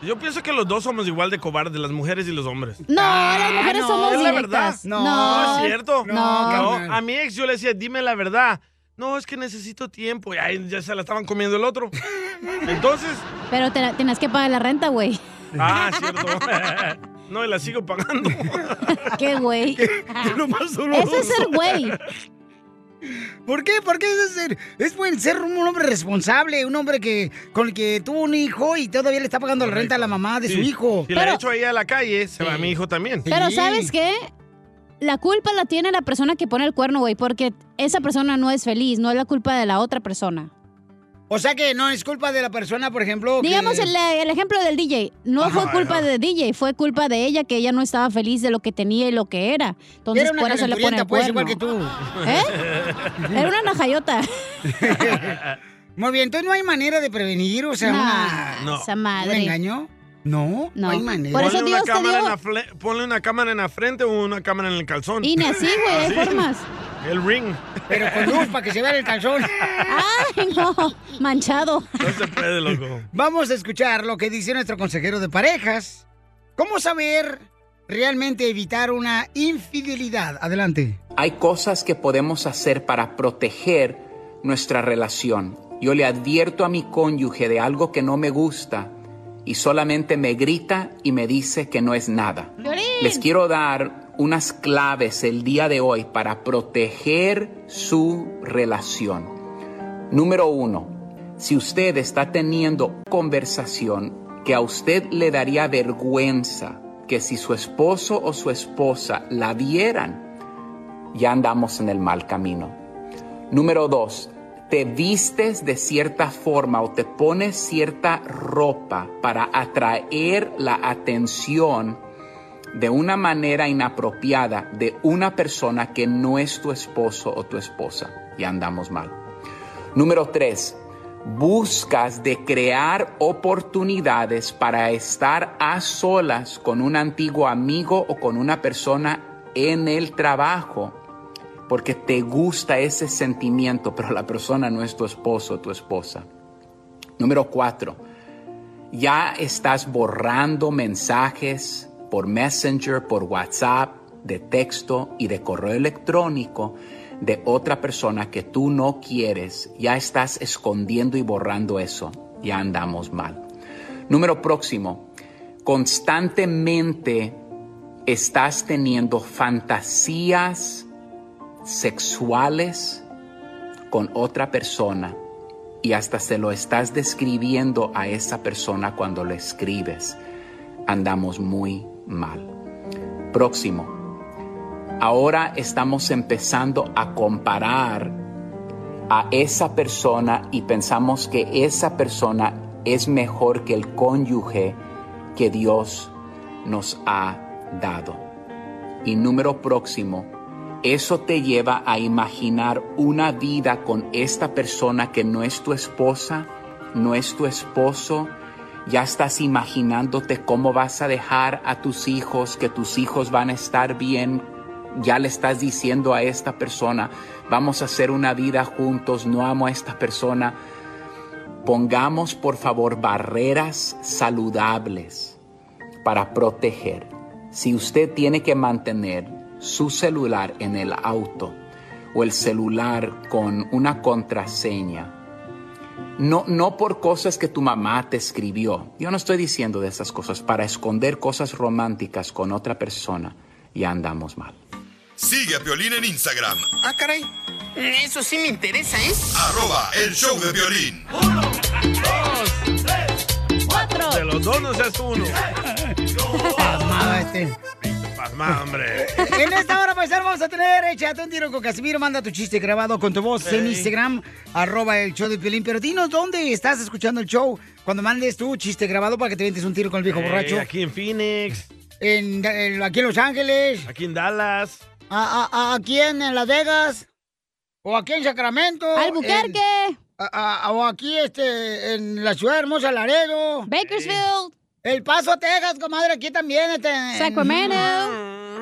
S3: Yo pienso que los dos somos igual de cobardes, las mujeres y los hombres.
S4: No,
S2: Ah,
S4: las mujeres somos
S3: Es la verdad.
S4: directas.
S3: No,
S4: No.
S3: es cierto.
S4: No, carnal.
S3: A mi ex yo le decía, dime la verdad. No, es que necesito tiempo. Y ahí ya se la estaban comiendo el otro. Entonces,
S4: Pero te, tienes que pagar la renta, güey.
S3: ah, cierto. No, y la sigo pagando.
S4: ¡Qué güey!
S2: nomás solo
S4: Ese es
S2: uso.
S4: el güey.
S2: ¿Por qué? ¿Por qué es ser? Es buen ser un hombre responsable, un hombre que con el que tuvo un hijo y todavía le está pagando la renta a la mamá de su
S3: Sí.
S2: hijo.
S3: Si la echo ahí a la calle, se va mi hijo también.
S4: Pero ¿sabes qué? La culpa la tiene la persona que pone el cuerno, güey, porque esa persona no es feliz, no es la culpa de la otra persona.
S2: O sea que no es culpa de la persona, por ejemplo. que-
S4: Digamos el, E, el ejemplo del DJ. No
S2: Ajá,
S4: fue culpa
S2: ajá.
S4: de DJ, fue culpa de ella que ella no estaba feliz de lo que tenía y lo que era. Entonces
S2: Era una
S4: por eso le pone
S2: calenturienta,
S4: el
S2: pues,
S4: cuerno.
S2: igual que tú.
S4: ¿Eh? Era una najayota. ¿Eh?
S2: Muy bien, entonces no hay manera de prevenir, o sea,
S4: Nah,
S2: una-
S3: No. esa
S2: un
S4: madre.
S2: engaño. No, no hay manera.
S3: ponle, una cámara en la fle- ponle una cámara en la frente o una cámara en el calzón.
S4: Y ni así, güey, hay
S3: Así.
S4: formas.
S3: El ring.
S2: Pero con luz para que se vea el calzón.
S4: ¡Ay, no! Manchado.
S3: No se puede, loco.
S2: Vamos a escuchar lo que dice nuestro consejero de parejas. ¿Cómo saber realmente evitar una infidelidad? Adelante.
S12: Hay cosas que podemos hacer para proteger nuestra relación. Yo le advierto a mi cónyuge de algo que no me gusta y solamente me grita y me dice que no es nada. Les quiero dar unas claves el día de hoy para proteger su relación. Número uno, si usted está teniendo conversación que a usted le daría vergüenza, que si su esposo o su esposa la vieran, ya andamos en el mal camino. Número dos, te vistes de cierta forma o te pones cierta ropa para atraer la atención de una manera inapropiada de una persona que no es tu esposo o tu esposa. Y andamos mal. Número tres, buscas de crear oportunidades para estar a solas con un antiguo amigo o con una persona en el trabajo porque te gusta ese sentimiento, pero la persona no es tu esposo o tu esposa. Número cuatro, ya estás borrando mensajes por Messenger, por WhatsApp, de texto y de correo electrónico de otra persona que tú no quieres. Ya estás escondiendo y borrando eso. Ya andamos mal. Número próximo, constantemente estás teniendo fantasías sexuales con otra persona y hasta se lo estás describiendo a esa persona cuando lo escribes. Andamos muy mal. Próximo. Ahora estamos empezando a comparar a esa persona y pensamos que esa persona es mejor que el cónyuge que Dios nos ha dado. Y número próximo, eso te lleva a imaginar una vida con esta persona que no es tu esposa, no es tu esposo. Ya estás imaginándote cómo vas a dejar a tus hijos, que tus hijos van a estar bien. Ya le estás diciendo a esta persona, vamos a hacer una vida juntos, no amo a esta persona. Pongamos por favor barreras saludables para proteger. Si usted tiene que mantener su celular en el auto o el celular con una contraseña. No, no por cosas que tu mamá te escribió. Yo no estoy diciendo de esas cosas para esconder cosas románticas con otra persona. Ya andamos mal.
S1: Sigue a Violín en Instagram,
S5: Ah, caray. Eso sí me interesa, ¿eh?
S1: arroba el show de violín.
S3: De los dos no seas uno.
S2: Pasmado este.
S3: Pasmado, hombre.
S2: En esta hora, paisano, vamos a tener Échate un tiro con Casimiro. Manda tu chiste grabado con tu voz en
S3: Ey.
S2: Instagram, arroba el show de Piolín. Pero dinos dónde estás escuchando el show cuando mandes tu chiste grabado para que te ventes un tiro con el viejo
S3: Ey,
S2: borracho.
S3: Eh, Aquí en Phoenix.
S2: En, en- aquí en Los Ángeles.
S3: Aquí en Dallas.
S2: A- a- a- aquí en, en Las Vegas. O aquí en Sacramento.
S4: Albuquerque.
S2: en- a- a- o aquí este, en la ciudad hermosa Laredo. Eh,
S4: Bakersfield.
S2: El Paso, Texas, comadre, aquí también. Este, en-
S4: Sacramento.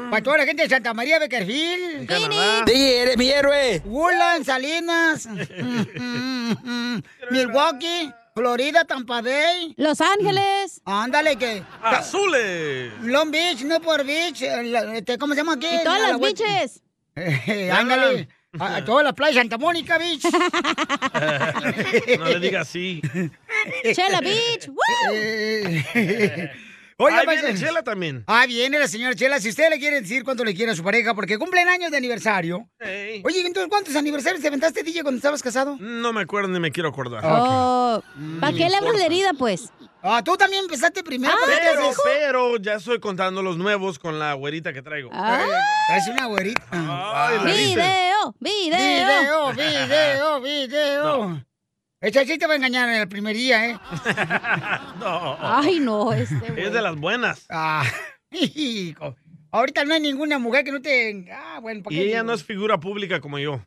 S2: Para toda la gente de Santa María, Beckerfield.
S3: Canadá.
S2: Sí, eres mi héroe. Woodland, Salinas. Mm, mm, mm. Milwaukee, Florida, Tampa Bay. Mm.
S4: Los Ángeles.
S2: Ándale, que.
S3: Azules.
S2: Long Beach, Newport Beach. eh, la- este, ¿Cómo se llama aquí?
S4: Y todas
S2: La- la
S4: las
S2: web-
S4: biches.
S2: Eh, Ándale. A, a todas las playas, Santa Mónica Beach.
S3: No le digas así.
S2: Chela Beach. eh.
S3: Ahí viene Chela también.
S2: Ah, viene la señora Chela. Si usted le quiere decir cuánto le quiere a su pareja, porque cumplen años de aniversario. Oye, entonces, ¿cuántos aniversarios te aventaste, DJ, cuando estabas casado?
S3: No me acuerdo ni me quiero acordar.
S4: Oh, ¿Para
S3: Mm,
S4: qué le
S3: importa.
S4: hablas de herida, pues?
S2: Ah, tú también empezaste primero. pues.
S4: Ah,
S3: Pero, pero ya estoy contando los nuevos con la güerita que traigo.
S4: Ah.
S2: Es una güerita.
S3: Ay, la viste.
S4: video, video.
S2: Video, video, video. Esa sí te va a engañar en el primer día, ¿eh?
S3: No.
S2: Ay, no, este güey.
S3: Es de las buenas.
S2: Ah, hijo. Ahorita no hay ninguna mujer que no te... Ah, bueno, ¿para
S3: Y
S2: qué
S3: ella
S2: digo? Ah.
S3: no es figura pública como yo.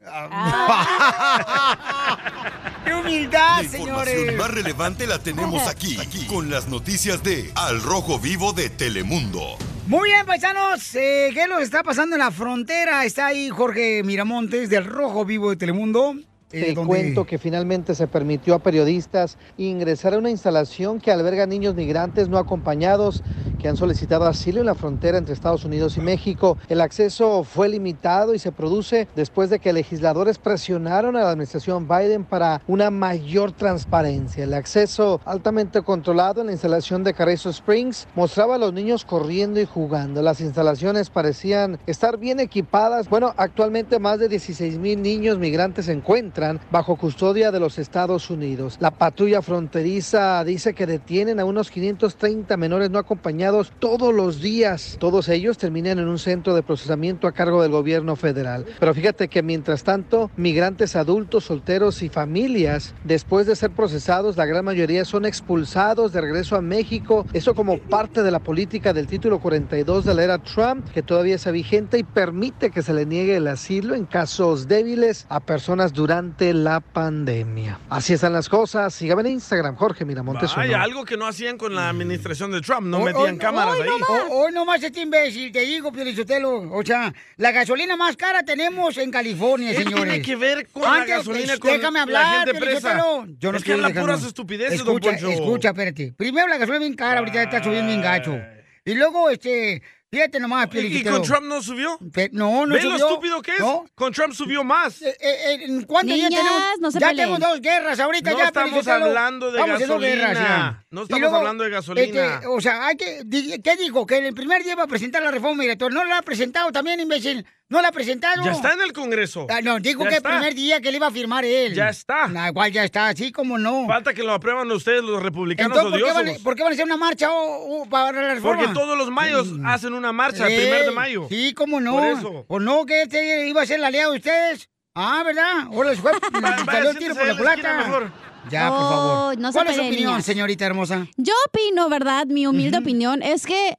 S2: ¡Qué humildad,
S1: La información
S2: Ah, señores!
S1: más relevante la tenemos aquí, aquí, con las noticias de Al Rojo Vivo de Telemundo.
S2: Muy bien, paisanos. Eh, ¿Qué es lo que está pasando en la frontera? Está ahí Jorge Miramontes del Rojo Vivo de Telemundo. eh,
S7: Te
S2: donde-
S7: cuento que finalmente se permitió a periodistas ingresar a una instalación que alberga niños migrantes no acompañados que han solicitado asilo en la frontera entre Estados Unidos y México. El acceso fue limitado y se produce después de que legisladores presionaron a la administración Biden para una mayor transparencia. El acceso altamente controlado en la instalación de Carrizo Springs mostraba a los niños corriendo y jugando. Las instalaciones parecían estar bien equipadas. Bueno, actualmente más de 16 mil niños migrantes se encuentran bajo custodia de los Estados Unidos. La patrulla fronteriza dice que detienen a unos 530 menores no acompañados todos los días. Todos ellos terminan en un centro de procesamiento a cargo del gobierno federal. Pero fíjate que mientras tanto, migrantes adultos, solteros y familias, después de ser procesados, la gran mayoría son expulsados de regreso a México. Eso como parte de la política del título 42 de la era Trump, que todavía está vigente y permite que se le niegue el asilo en casos débiles a personas durante la pandemia. Así están las cosas. Sígame en Instagram, Jorge Miramontes.
S3: Hay
S7: uno.
S3: algo que no hacían con la administración de Trump. No
S2: Hoy-
S3: metían
S2: hoy-
S3: cámaras
S2: hoy
S3: ahí.
S2: no más. hoy no más este imbécil, te digo, Pielichotelo. O sea, la gasolina más cara tenemos en California,
S3: ¿Qué
S2: señores.
S3: tiene que ver con la gasolina
S2: sh,
S3: con
S2: déjame
S3: la
S2: hablar,
S3: gente presa?
S2: Pielichotelo. Yo no
S3: Es que
S2: estoy
S3: habla
S2: dejando-
S3: puras estupideces, don
S2: escucha,
S3: Poncho.
S2: Escucha, espérate. Primero la gasolina bien cara, ahorita está subiendo bien gacho. Y luego, este, fíjate nomás,
S3: ¿Y, y
S2: Pielichotelo.
S3: con Trump no subió?
S2: Pe- No, no
S3: ¿Ve
S2: subió.
S3: lo estúpido que es?
S2: No. Eh,
S3: Con Trump subió más.
S2: ¿En ¿Cuántos ya
S3: Niñas,
S2: tenemos?
S3: no se
S2: ya
S3: peleen.
S2: tenemos dos guerras ahorita
S3: No
S2: ya.
S3: estamos
S2: Pielichotelo.
S3: hablando de
S2: Estamos en dos
S3: gasolina.
S2: guerras, ya.
S3: No
S2: Y
S3: estamos hablando de gasolina.
S2: este, o sea, hay que di- ¿qué dijo? Que el primer día va a presentar la reforma migratoria. No la ha presentado también, imbécil. No la ha presentado.
S3: Ya está en el Congreso.
S2: Ah, no, dijo
S3: Ya
S2: que
S3: está.
S2: el primer día que le iba a firmar él.
S3: Ya está.
S2: Nah, igual ya está, así como no.
S3: Falta que lo aprueban ustedes, los republicanos
S2: Entonces, ¿por qué,
S3: odiosos.
S2: van, por qué van a hacer una marcha o- o para Mm. la reforma?
S3: Porque todos los mayos hacen una marcha el primer de
S2: Ey,
S3: mayo.
S2: Eh, Sí, cómo no.
S3: Por eso.
S2: ¿O no? que este iba a ser la aliado de ustedes? Ah, ¿verdad? Ahora les fue, les salió el tiro por la
S3: siéntense ahí en la esquina
S2: culata.
S3: mejor.
S2: Ya, por
S4: Oh,
S2: favor.
S4: no se
S2: ¿Cuál es su
S4: peleen,
S2: opinión,
S4: niñas.
S2: señorita hermosa?
S4: Yo opino, ¿verdad? Mi humilde opinión es que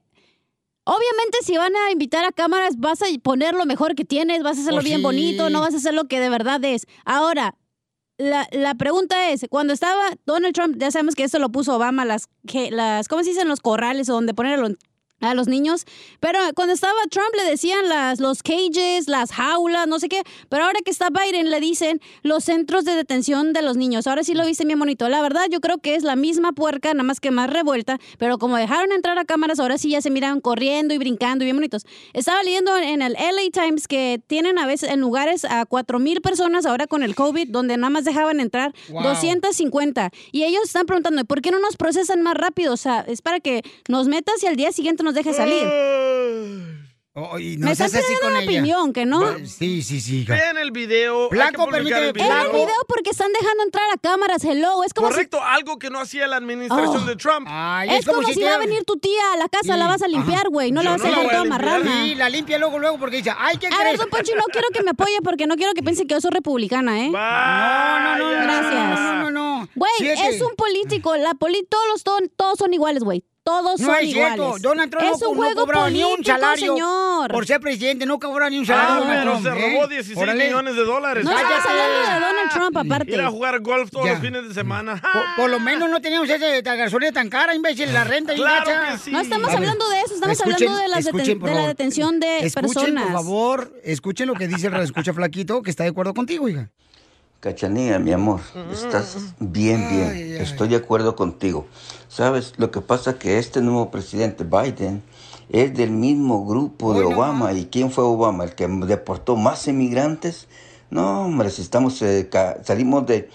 S4: obviamente si van a invitar a cámaras vas a poner lo mejor que tienes, vas a hacerlo
S25: Pues
S4: bien
S25: sí.
S4: bonito, no vas a hacer lo que de verdad es. Ahora, la, la pregunta es, cuando estaba Donald Trump, ya sabemos que eso lo puso Obama, las, que, las ¿cómo se dicen? Los corrales o donde poner a los, a los niños. Pero cuando estaba Trump le decían las, los cages, las jaulas, no sé qué. Pero ahora que está Biden le dicen los centros de detención de los niños. Ahora
S3: Mm.
S4: sí lo viste bien bonito. La verdad yo creo que es la misma puerca, nada más que más revuelta. Pero como dejaron entrar a cámaras, ahora sí ya se miran corriendo y brincando y bien bonitos. Estaba leyendo en el LA Times que tienen a veces en lugares a 4 mil personas ahora con el COVID, donde nada más dejaban entrar
S25: Wow.
S4: 250. Y ellos están preguntando, ¿por qué no nos procesan más rápido? O sea, es para que nos metas y al día siguiente nos dejes salir.
S2: Oh, y
S4: Me
S2: no
S4: estás
S2: seas así
S4: pidiendo
S2: con
S4: una
S2: ella.
S4: opinión, que no.
S2: Va- Sí, sí, sí, hija.
S3: Vean el video. hay que
S2: Blanco,
S3: publicar
S2: permíteme,
S3: el video.
S4: Era el video porque están dejando entrar a cámaras, hello. Es como
S3: Correcto, algo que no hacía la administración
S4: Oh.
S3: de Trump.
S4: si, es como si va a venir tu tía a la casa, la vas a limpiar, güey. No la vas a dejar toda marrana.
S2: Sí, la limpia luego, luego, porque dice, ay, ¿qué
S4: A ver,
S2: crees?
S4: don Poncho, no quiero que me apoye porque no quiero que piense que yo soy republicana, ¿eh? No,
S2: no, no,
S4: Gracias.
S2: no, no, no.
S4: Güey,
S2: Sí, es
S4: es
S2: que-
S4: un político. La poli todos, los, ton- todos son iguales, güey. Todos
S2: No
S4: son
S2: es
S4: iguales.
S2: cierto, Donald Trump
S4: es
S2: no,
S4: un
S2: co- no
S4: juego
S2: cobraba ni un
S4: político,
S2: salario
S4: señor.
S2: por ser presidente, no cobraba ni un
S3: Ah,
S2: salario.
S3: pero
S2: Donald
S3: se
S2: Trump, ¿eh?
S3: robó 16
S2: Órale.
S3: millones de dólares.
S2: No estamos
S3: Cállate.
S2: hablando
S4: de Donald Trump, aparte.
S3: Ir a jugar golf todos
S2: Ya. Mm.
S3: los fines de semana.
S2: Por, por lo menos no teníamos esa esa gasolina tan cara, imbécil, la renta y
S3: Claro
S2: gacha.
S3: que sí.
S4: No estamos
S2: A ver,
S4: hablando de eso, estamos
S2: escuchen,
S4: hablando de, las deten-
S2: escuchen, por
S4: de la
S2: favor.
S4: detención de
S2: Escuchen,
S4: personas.
S2: por favor, escuchen lo que dice el escucha flaquito, que está de acuerdo contigo, hija.
S13: Cachanilla, mi amor, estás bien, bien. Estoy de acuerdo contigo. Sabes, lo que pasa es que este nuevo presidente Biden es del mismo grupo de Obama. ¿Y quién fue Obama? ¿El que deportó más inmigrantes? No, hombre, si estamos, eh, ca- salimos de,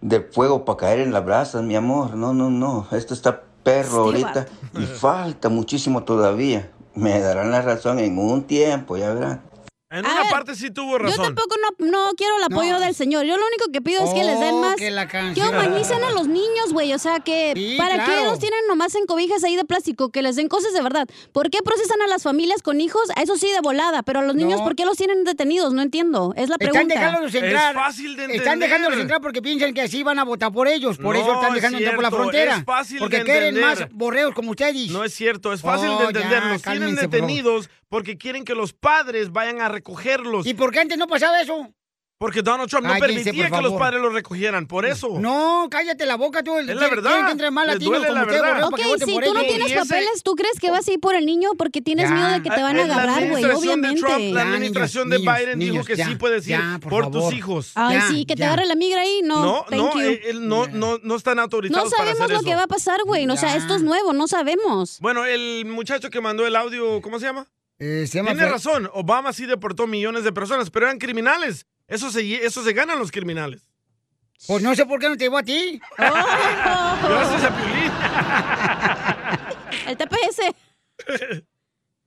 S13: del fuego para caer en las brasas, mi amor. No, no, no. Esto está perro ahorita y falta muchísimo todavía. Me darán la razón en un tiempo, ya verán.
S3: En una parte sí tuvo
S4: Yo
S3: razón.
S4: tampoco no, no quiero el apoyo del señor. Yo lo único que pido es que les den
S3: Oh,
S4: más.
S3: que la canción.
S4: que humanicen a los niños, güey. O sea, que para
S3: claro.
S4: qué los tienen nomás en cobijas ahí de plástico, que les den cosas de verdad. ¿Por qué procesan a las familias con hijos? A Eso sí, de volada. Pero a los niños, ¿por qué los tienen detenidos? No entiendo. Es la pregunta.
S2: Están dejándolos entrar. Están
S4: entender.
S2: dejándolos entrar porque piensan que así van a votar por ellos. Por
S3: No
S2: eso están
S3: es
S2: dejando entrar por la
S3: cierto,
S2: frontera.
S3: es fácil
S2: porque
S3: de
S2: quieren más
S3: entender.
S2: borreos como ustedes.
S3: No es cierto, es fácil
S2: Oh,
S3: de
S2: ya,
S3: entender. Los tienen
S2: cálmense, por favor.
S3: detenidos porque quieren que los padres vayan a recogerlos.
S2: ¿Y por qué antes no pasaba eso?
S3: Porque Donald Trump no
S2: Cállense,
S3: permitía
S2: por
S3: que los
S2: favor.
S3: padres lo recogieran, por eso.
S2: No, cállate la boca tú.
S3: Es la verdad.
S2: que entre más
S3: Les
S2: latino
S3: duele
S2: como
S3: la
S2: usted,
S3: verdad.
S2: borrego,
S4: Ok,
S2: para que Oh. voten
S4: si
S2: por
S4: tú
S2: él.
S4: no tienes
S2: Y ese-
S4: papeles, ¿tú crees que vas a ir por el niño? Porque tienes
S3: Ya.
S4: miedo de que te van a
S3: Ah, eh, La
S4: agarrar, güey,
S3: administración de
S4: obviamente.
S3: Trump, la administración de Biden dijo que sí puedes ir por, tus hijos.
S4: Ay, sí, que te agarre la migra ahí, no.
S3: No,
S4: thank
S3: no,
S4: you.
S3: eh, él no, no, no están
S4: No
S3: autorizados para
S4: sabemos
S3: hacer
S4: lo
S3: eso.
S4: que va a pasar, güey. O sea, esto es nuevo, no sabemos.
S3: Bueno, el muchacho que mandó el audio, ¿cómo se llama?
S2: Eh, se llama
S3: Tiene
S2: Fer-
S3: razón, Obama sí deportó millones de personas, pero eran criminales. Eso se, lle- eso se ganan los criminales. Oh.
S2: Pues no sé por qué no te llevó a ti.
S3: Gracias a Piolín.
S4: El TPS.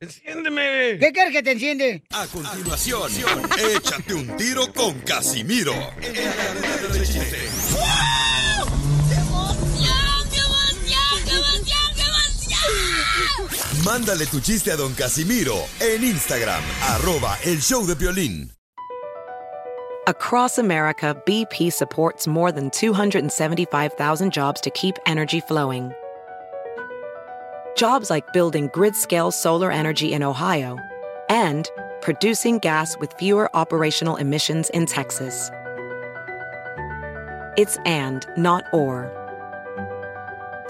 S3: Enciéndeme. Ah,
S2: ¿Qué quieres que te enciende?
S1: A continuación, échate un tiro con Casimiro. Mándale tu chiste a don Casimiro en Instagram, arroba el show de violín.
S11: Across America, BP supports more than 275,000 jobs to keep energy flowing. Jobs like building grid scale solar energy in Ohio and producing gas with fewer operational emissions in Texas. It's and, not or.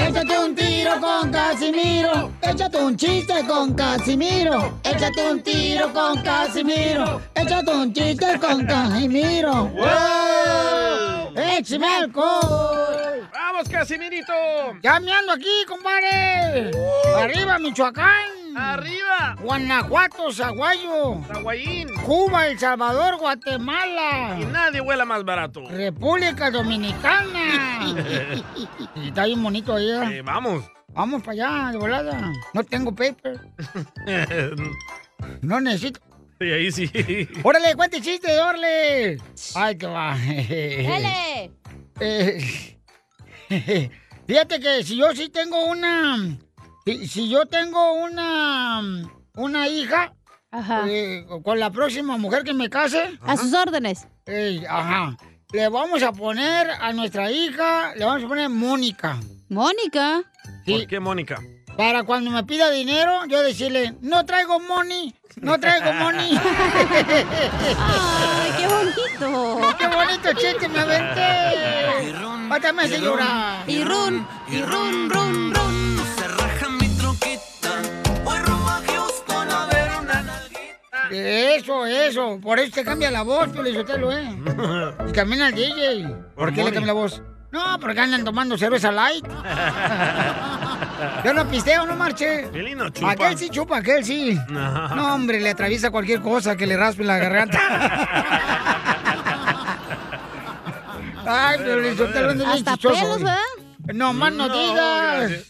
S2: Échate un tiro con Casimiro. Échate un chiste con Casimiro. Échate un tiro con Casimiro. Échate un chiste con Casimiro. ¡Eh, ¡Wow! ¡Échame alcohol!
S3: ¡Vamos, Casimirito! Oh.
S2: ¡Ya me ando aquí, compadre! ¡Arriba, Michoacán!
S3: ¡Arriba!
S2: Guanajuato, Zaguayo.
S3: Zaguayín.
S2: Cuba, El Salvador, Guatemala.
S3: Y nadie huela más barato.
S2: República Dominicana. y está bien bonito ahí. ¿eh?
S3: Eh, vamos.
S2: Vamos para allá, de volada. No tengo paper. No necesito.
S3: Sí, ahí sí.
S2: Órale, cuente chiste, órale. Ay, qué va. Eh. Dale. Eh, fíjate que si yo sí tengo una. Si, si yo tengo una. Una hija. eh, con la próxima mujer que me case. eh,
S4: A sus órdenes.
S2: ajá. Le vamos a poner a nuestra hija, le vamos a poner Mónica.
S4: ¿Mónica?
S3: ¿Por qué, Mónica?
S2: Para cuando me pida dinero, yo decirle, no traigo money, no traigo money. ¡Ay,
S4: qué bonito!
S2: ¡Qué bonito cheque me aventé! ¡Mátame, señora!
S6: Y run, y run, run, run. No se raja mi troquita. Voy rumbo a Houston a ver una
S2: Eso, eso. Por eso te cambia la voz, Pelizotelo, ¿eh? Y también al DJ. ¿Por qué le
S6: money.
S2: cambia la voz? No, porque andan tomando cerveza light. Yo no pisteo, no marche.
S3: Piolín no chupa.
S2: Aquel sí chupa, aquel sí.
S3: No.
S2: No, hombre, le atraviesa cualquier cosa que le raspe la garganta. Ay, pero le solté el
S4: Hasta pelos, ¿verdad?
S2: No más no,
S4: No,
S2: digas.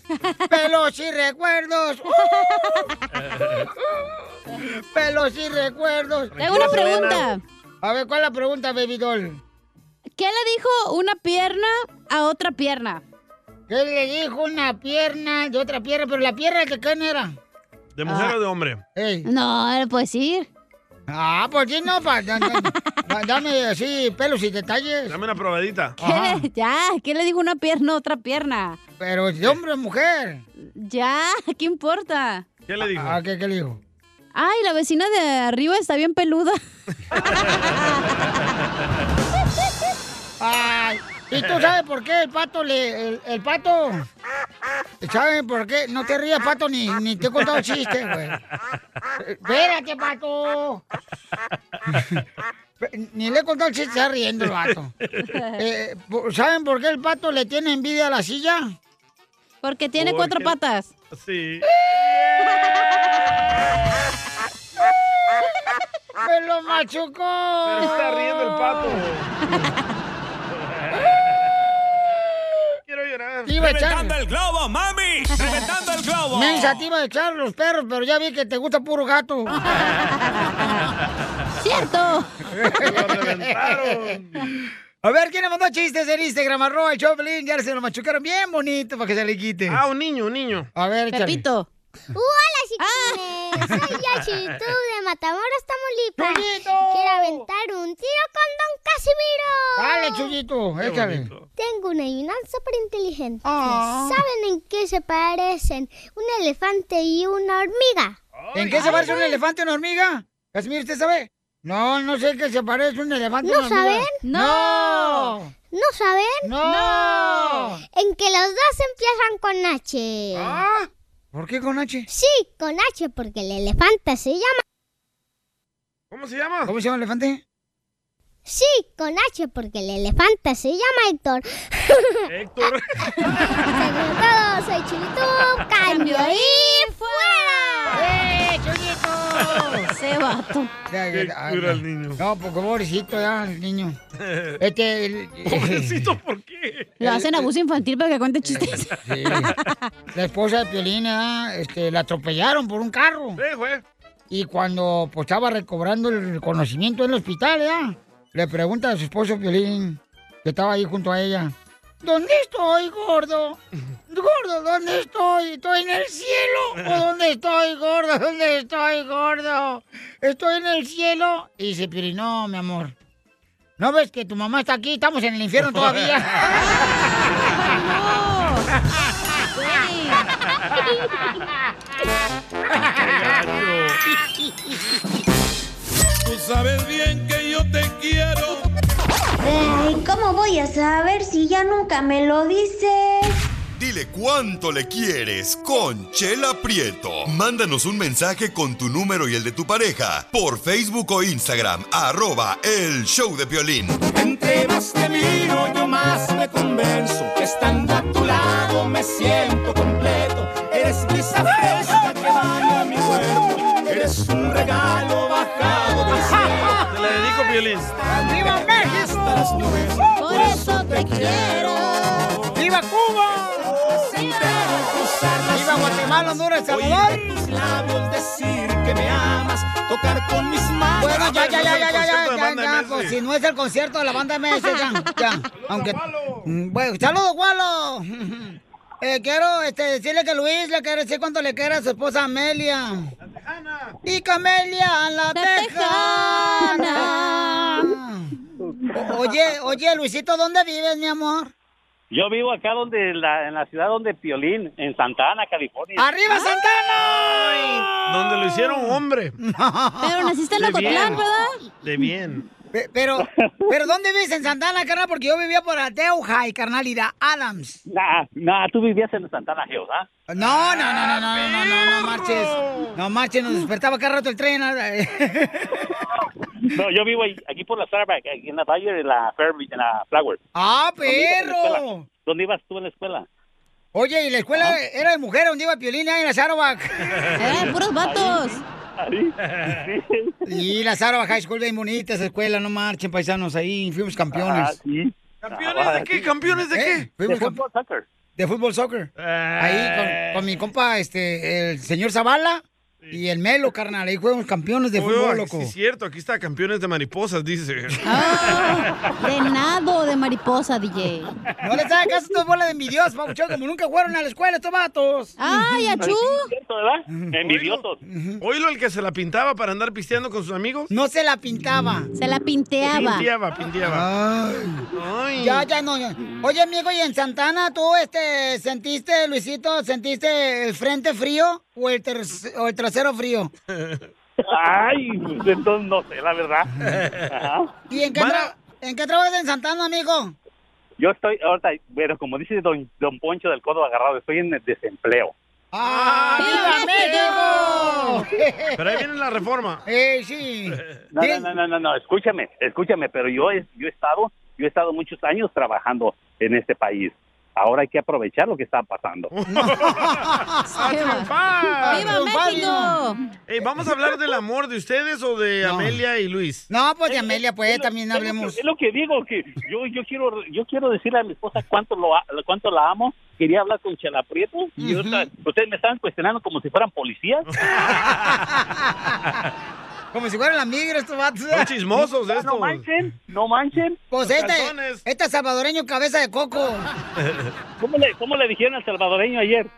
S2: Pelos y recuerdos. Uh, pelos y recuerdos.
S4: Tengo una pregunta.
S2: A ver, ¿cuál es la pregunta, baby doll?
S4: ¿Qué le dijo una pierna a otra pierna?
S2: ¿Qué le dijo una pierna de otra pierna? Pero la pierna de quién era?
S3: ¿De mujer
S2: Ah.
S3: o de hombre?
S4: No, pues ir.
S2: Ah, pues sí, no, pa, da- da- da- dame así pelos y detalles.
S3: Dame una probadita.
S4: ¿Qué le- ya, ¿qué le dijo una pierna a otra pierna?
S2: Pero de hombre o mujer.
S4: Ya, ¿qué importa?
S3: ¿Qué le dijo?
S2: Ah, ¿qué, qué le dijo?
S4: Ay, la vecina de arriba está bien peluda.
S2: Ay, ¿y tú sabes por qué el pato le. el, el pato. ¿Sabes por qué? No te rías, pato, ni, ni te he contado chistes, güey. Espérate, pato. Ni le he contado el chiste, está riendo el vato. Eh, po- ¿Saben por qué el pato le tiene envidia a la silla?
S4: Porque tiene cuatro patas.
S3: Sí.
S2: ¡Me lo machucó!
S3: Pero está riendo el pato.
S2: Te iba a echar.
S25: ¡Reventando el globo, mami! ¡Reventando el globo!
S2: Mensa, te iba a echar los perros, pero ya vi que te gusta puro gato. ¡Cierto! A ver, ¿quién le mandó chistes en Instagram? Arroba el Choplin, ya se lo machucaron bien bonito para que se le quite. Ah, un niño, un niño. A ver, échale.
S4: Pepito.
S2: Ah.
S8: Hola, chiquitines. Soy Yachi, tú de Matamoros, Tamaulipas. Quiero aventar un tiro con Don Casimiro.
S2: Dale, Chuyito, échale.
S8: Tengo una adivinanza para inteligentes.
S2: Ah.
S8: ¿Saben en qué se parecen un elefante y una hormiga?
S2: ¿En qué se parece un elefante a una hormiga? Casimir, ¿usted sabe? No, Oh, no sé qué se parece un elefante a
S8: ¿No
S2: una hormiga.
S8: saben?
S2: ¡No!
S8: ¿No saben?
S2: No.
S8: En que los dos empiezan con H.
S2: Ah, ¿Por qué con H?
S8: Sí, con H, porque el elefante se llama.
S3: ¿Cómo se llama?
S2: ¿Cómo se llama el elefante?
S8: Sí, con H, porque el elefante se llama Héctor.
S3: Héctor.
S8: Saludos, soy Chulito, cambio y fuera.
S2: ¡Eh, Chulito!
S8: Se vato.
S3: Qué cura el niño.
S2: No, pues pobrecito ya, el niño. Este, el-
S4: Lo hacen abuso infantil para que cuente chistes.
S2: Sí. La esposa de Piolina, este, la atropellaron por un carro. Y cuando pues, estaba recobrando el conocimiento en el hospital, ¿ya? Le pregunta a su esposo Piolín, que estaba ahí junto a ella. ¿Dónde estoy, gordo? Gordo, ¿dónde estoy? ¿Estoy en el cielo? ¿O dónde estoy, gordo? ¿Dónde estoy, gordo? ¿Estoy en el cielo? Y dice Piolín, no, mi amor. ¿No ves que tu mamá está aquí? Estamos en el infierno todavía.
S25: Tú sabes bien que yo te quiero.
S8: Ay, ¿cómo voy a saber si ya nunca me lo dices?
S1: Dile cuánto le quieres con Chela Prieto. Mándanos un mensaje con tu número y el de tu pareja por Facebook o Instagram, arroba el show de Piolín.
S25: Entre más te miro, yo más me convenzo. Que estando a tu lado me siento completo. Eres brisa fresca que baña mi cuerpo. Eres un regalo bajado del cielo.
S3: Te la dedico, Piolín.
S25: ¡Viva México! Por eso te quiero.
S2: ¡Viva Cuba!
S25: ¡Viva Guatemala, Honduras, Salvador! tus labios decir que me amas, tocar con mis manos.
S2: Bueno, ya, ya, ya, ya, ya, ya, ya, ya, pues, si no es el concierto de la banda MS, ya, ya, aunque... Mm, Bueno, saludos, Gualo. Eh, quiero este, decirle que Luis le quiere decir cuánto le quiere a su esposa Amelia. Y Camelia, la, tejana. O- oye, oye, Luisito, ¿dónde vives, mi amor?
S26: Yo vivo acá donde la, en la ciudad donde Piolín, en Santa Ana, California.
S2: ¡Arriba, Santana!
S3: Donde lo hicieron hombre.
S2: Pero
S3: naciste en De Ocotlán, bien. ¿verdad? De bien.
S2: Pe- Pero, pero ¿dónde vives en Santana, carnal? Porque yo vivía por Ateo High, carnal, y la Adams.
S26: Nah, nah, tú vivías en Santa Ana, Hills, ¿ah?
S2: No, no, no, no, no, no, no, no, no marches. No marches, nos despertaba cada rato el tren.
S26: No, yo vivo ahí- aquí por la Starbucks, aquí en la Dyer, en la Fairview, en la Flower.
S2: ¡Ah,
S26: ¿Dónde ibas en la
S2: perro!
S26: escuela? ¿Dónde ibas tú en la escuela?
S2: Oye, y la escuela era de mujeres, donde iba Piolín, ahí en la Sarawak.
S26: Eh, puros
S2: vatos! Y la Sarawak High School, bien bonita esa escuela, no marchen, paisanos, ahí fuimos campeones.
S26: Ah, sí.
S3: ¿Campeones de qué? ¿Campeones de
S2: Eh,
S3: qué?
S2: fuimos camp- De fútbol soccer. Ahí con, con mi compa, este, el señor Zavala y el Melo, carnal. Ahí fuimos campeones de
S3: Oye,
S2: fútbol,
S3: sí
S2: loco.
S3: es cierto, aquí está campeones de mariposas, dice.
S4: De nado, de mariposa, DJ.
S2: No les hagas caso a estas bolas de envidiosos, papuchón, como nunca fueron a la escuela estos vatos.
S4: ¡Ay, achú!
S3: Envidiosos. Oílo el que se la pintaba para andar pisteando con sus amigos. Mm.
S2: No se la pintaba.
S4: Se la pinteaba.
S3: Pinteaba, pinteaba. Ay.
S2: Ya, ya, no, ya. Oye, amigo, ¿y en Santana tú, este, sentiste, Luisito, sentiste el frente frío o el, ter- o el trasero frío?
S26: Ay, pues, entonces no sé, la verdad. Ajá.
S2: ¿Y en qué, tra- en qué trabajas en Santana, amigo?
S26: Yo estoy, ahorita, pero como dice don, don Poncho del codo agarrado, estoy en el desempleo.
S2: ¡Viva México!
S26: ¡Ah, Pero ahí viene la reforma.
S2: Eh, sí.
S26: No, no, no, no, no, no, escúchame, escúchame, pero yo, he- yo he estado, yo he estado muchos años trabajando en este país. ahora hay que aprovechar lo que está pasando.
S3: ¡A triunfar!
S2: ¡Viva A triunfar, México!
S3: Ey, Eh, ¿Vamos a hablar del amor de ustedes o de Amelia y Luis?
S2: No, pues
S26: Eh,
S2: de Amelia, pues también hablemos.
S26: Es lo que digo, que yo, yo quiero yo quiero decirle a mi esposa cuánto lo a- cuánto la amo. Quería hablar con Chela Prieto y
S2: Ujú.
S26: ahorita ustedes me estaban cuestionando como si fueran policías.
S2: Como si fueran la migra estos vatos.
S26: Son chismosos
S2: de
S26: estos. No manchen, no manchen.
S2: Pues este,
S26: Calzones.
S2: este salvadoreño cabeza de coco.
S26: ¿Cómo le, ¿Cómo le dijeron al salvadoreño ayer?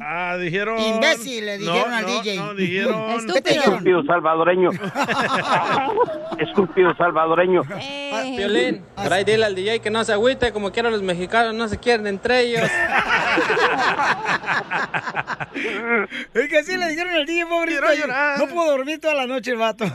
S3: Ah, dijeron...
S2: Imbécil, le dijeron
S3: No,
S2: al
S3: no,
S2: DJ.
S3: No, dijeron...
S2: ¿Qué te dijeron?
S26: Estúpido salvadoreño. Estúpido salvadoreño.
S17: Eh,
S18: Violín, por ahí dile al DJ que no se agüite, como quieran los mexicanos, no se quieren entre ellos.
S2: Es que así le dijeron al DJ, pobrecito.
S26: Quiero llorar.
S2: No pudo dormir toda la noche el vato.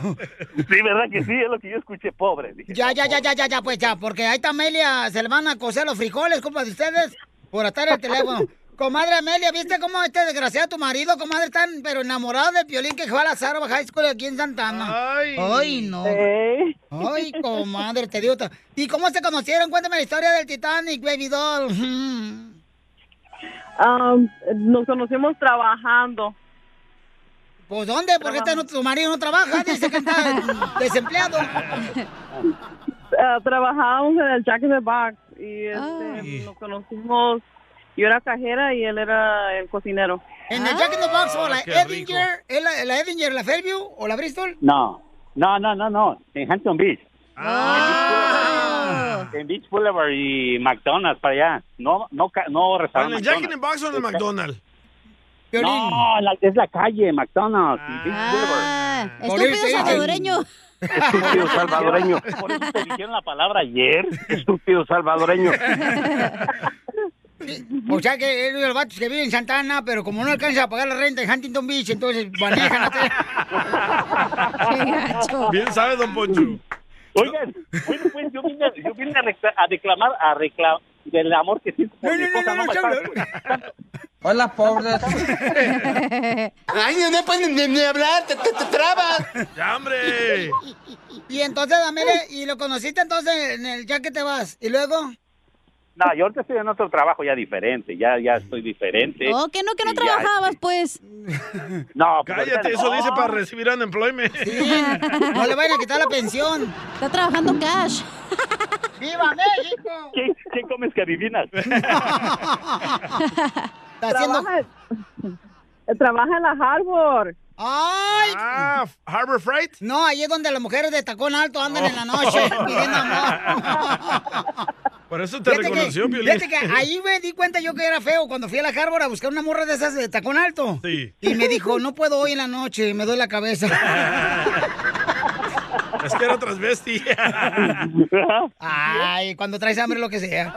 S26: Sí, ¿verdad que sí? Es lo que yo escuché, pobre. Dije,
S2: Ya, ya, ya, ya, ya, ya, pues ya, porque ahí está Amelia, se le van a cocer los frijoles, compa, de ustedes, por atar el teléfono. Comadre Amelia, ¿viste cómo este desgraciado tu marido, comadre, tan pero enamorado del violín que juega a la Sarva High School aquí en Santana? Ay, no. Ay, comadre, te digo. ta- ¿Y cómo se conocieron? Cuéntame la historia del Titanic, baby doll.
S19: Am, Um, nos conocimos trabajando.
S2: Pues ¿dónde? Porque este no- tu marido no trabaja, dice que está desempleado.
S19: Eh, trabajábamos en el Jack in the Box y este,
S6: Ah.
S19: nos conocimos. Yo era cajera y él era el cocinero.
S2: ¿En el Jack in the Box o la
S19: Ah, qué rico.
S2: Edinger? ¿Es la, la Edinger, la Fairview o la Bristol?
S26: No, no, no, no, no. En Hampton Beach.
S6: Ah.
S26: Ah, En Beach Boulevard y McDonald's para allá. No, no, ca- no
S3: ¿En
S26: restaurante.
S3: el Jack in the
S26: McDonald's.
S3: Box o en el
S26: Está-
S3: McDonald's?
S26: No, la- es la calle McDonald's. y Beach
S3: Ah.
S26: Boulevard.
S4: Estúpido salvadoreño.
S26: Ah, Estúpido salvadoreño. Por eso te dijeron la palabra ayer. Estúpido salvadoreño.
S2: O sea que es de los vatos que vive en Santana, pero como no alcanza a pagar la renta en Huntington Beach, entonces manejan la tele. Qué gacho.
S3: Bien sabe, don Poncho.
S26: Oigan, bueno, pues yo vine, yo vine a, recla- a declamar, a reclamar del amor que siento por mi esposa. No, me
S18: Hola, pobres.
S2: Ay, no pues, pueden ni, hablar, te, trabas.
S3: ¡Ya, hombre!
S2: Y entonces, Amelia, ¿y lo conociste entonces en el ya que te vas? ¿Y luego?
S26: No, yo ahorita estoy en otro trabajo ya diferente, ya, ya estoy diferente.
S4: Oh, que no, que no
S26: Y ya-
S4: trabajabas, pues.
S26: No, pues
S3: Cállate,
S26: ahorita
S3: eso
S26: no.
S3: dice para recibir unemployment.
S2: No le vayan a quitar la pensión.
S4: Está trabajando cash.
S2: ¡Viva México!
S26: ¿Qué, qué comes que adivinas?
S19: Trabaja, trabaja en la Harbor.
S2: ¡Ay! Ah, ¿Harbor Freight? Oh. No, ahí es donde las mujeres de tacón alto andan en la noche pidiendo amor.
S3: Por eso te
S2: Fíjate que-
S3: reconoció, Piolín.
S2: Fíjate que ahí me di cuenta yo que era feo cuando fui a la Harbor a buscar una morra de esas de tacón alto.
S3: Sí.
S2: Y me dijo, no puedo hoy en la noche, me duele la cabeza.
S3: Es que era otras
S2: Ay, cuando traes hambre lo que sea.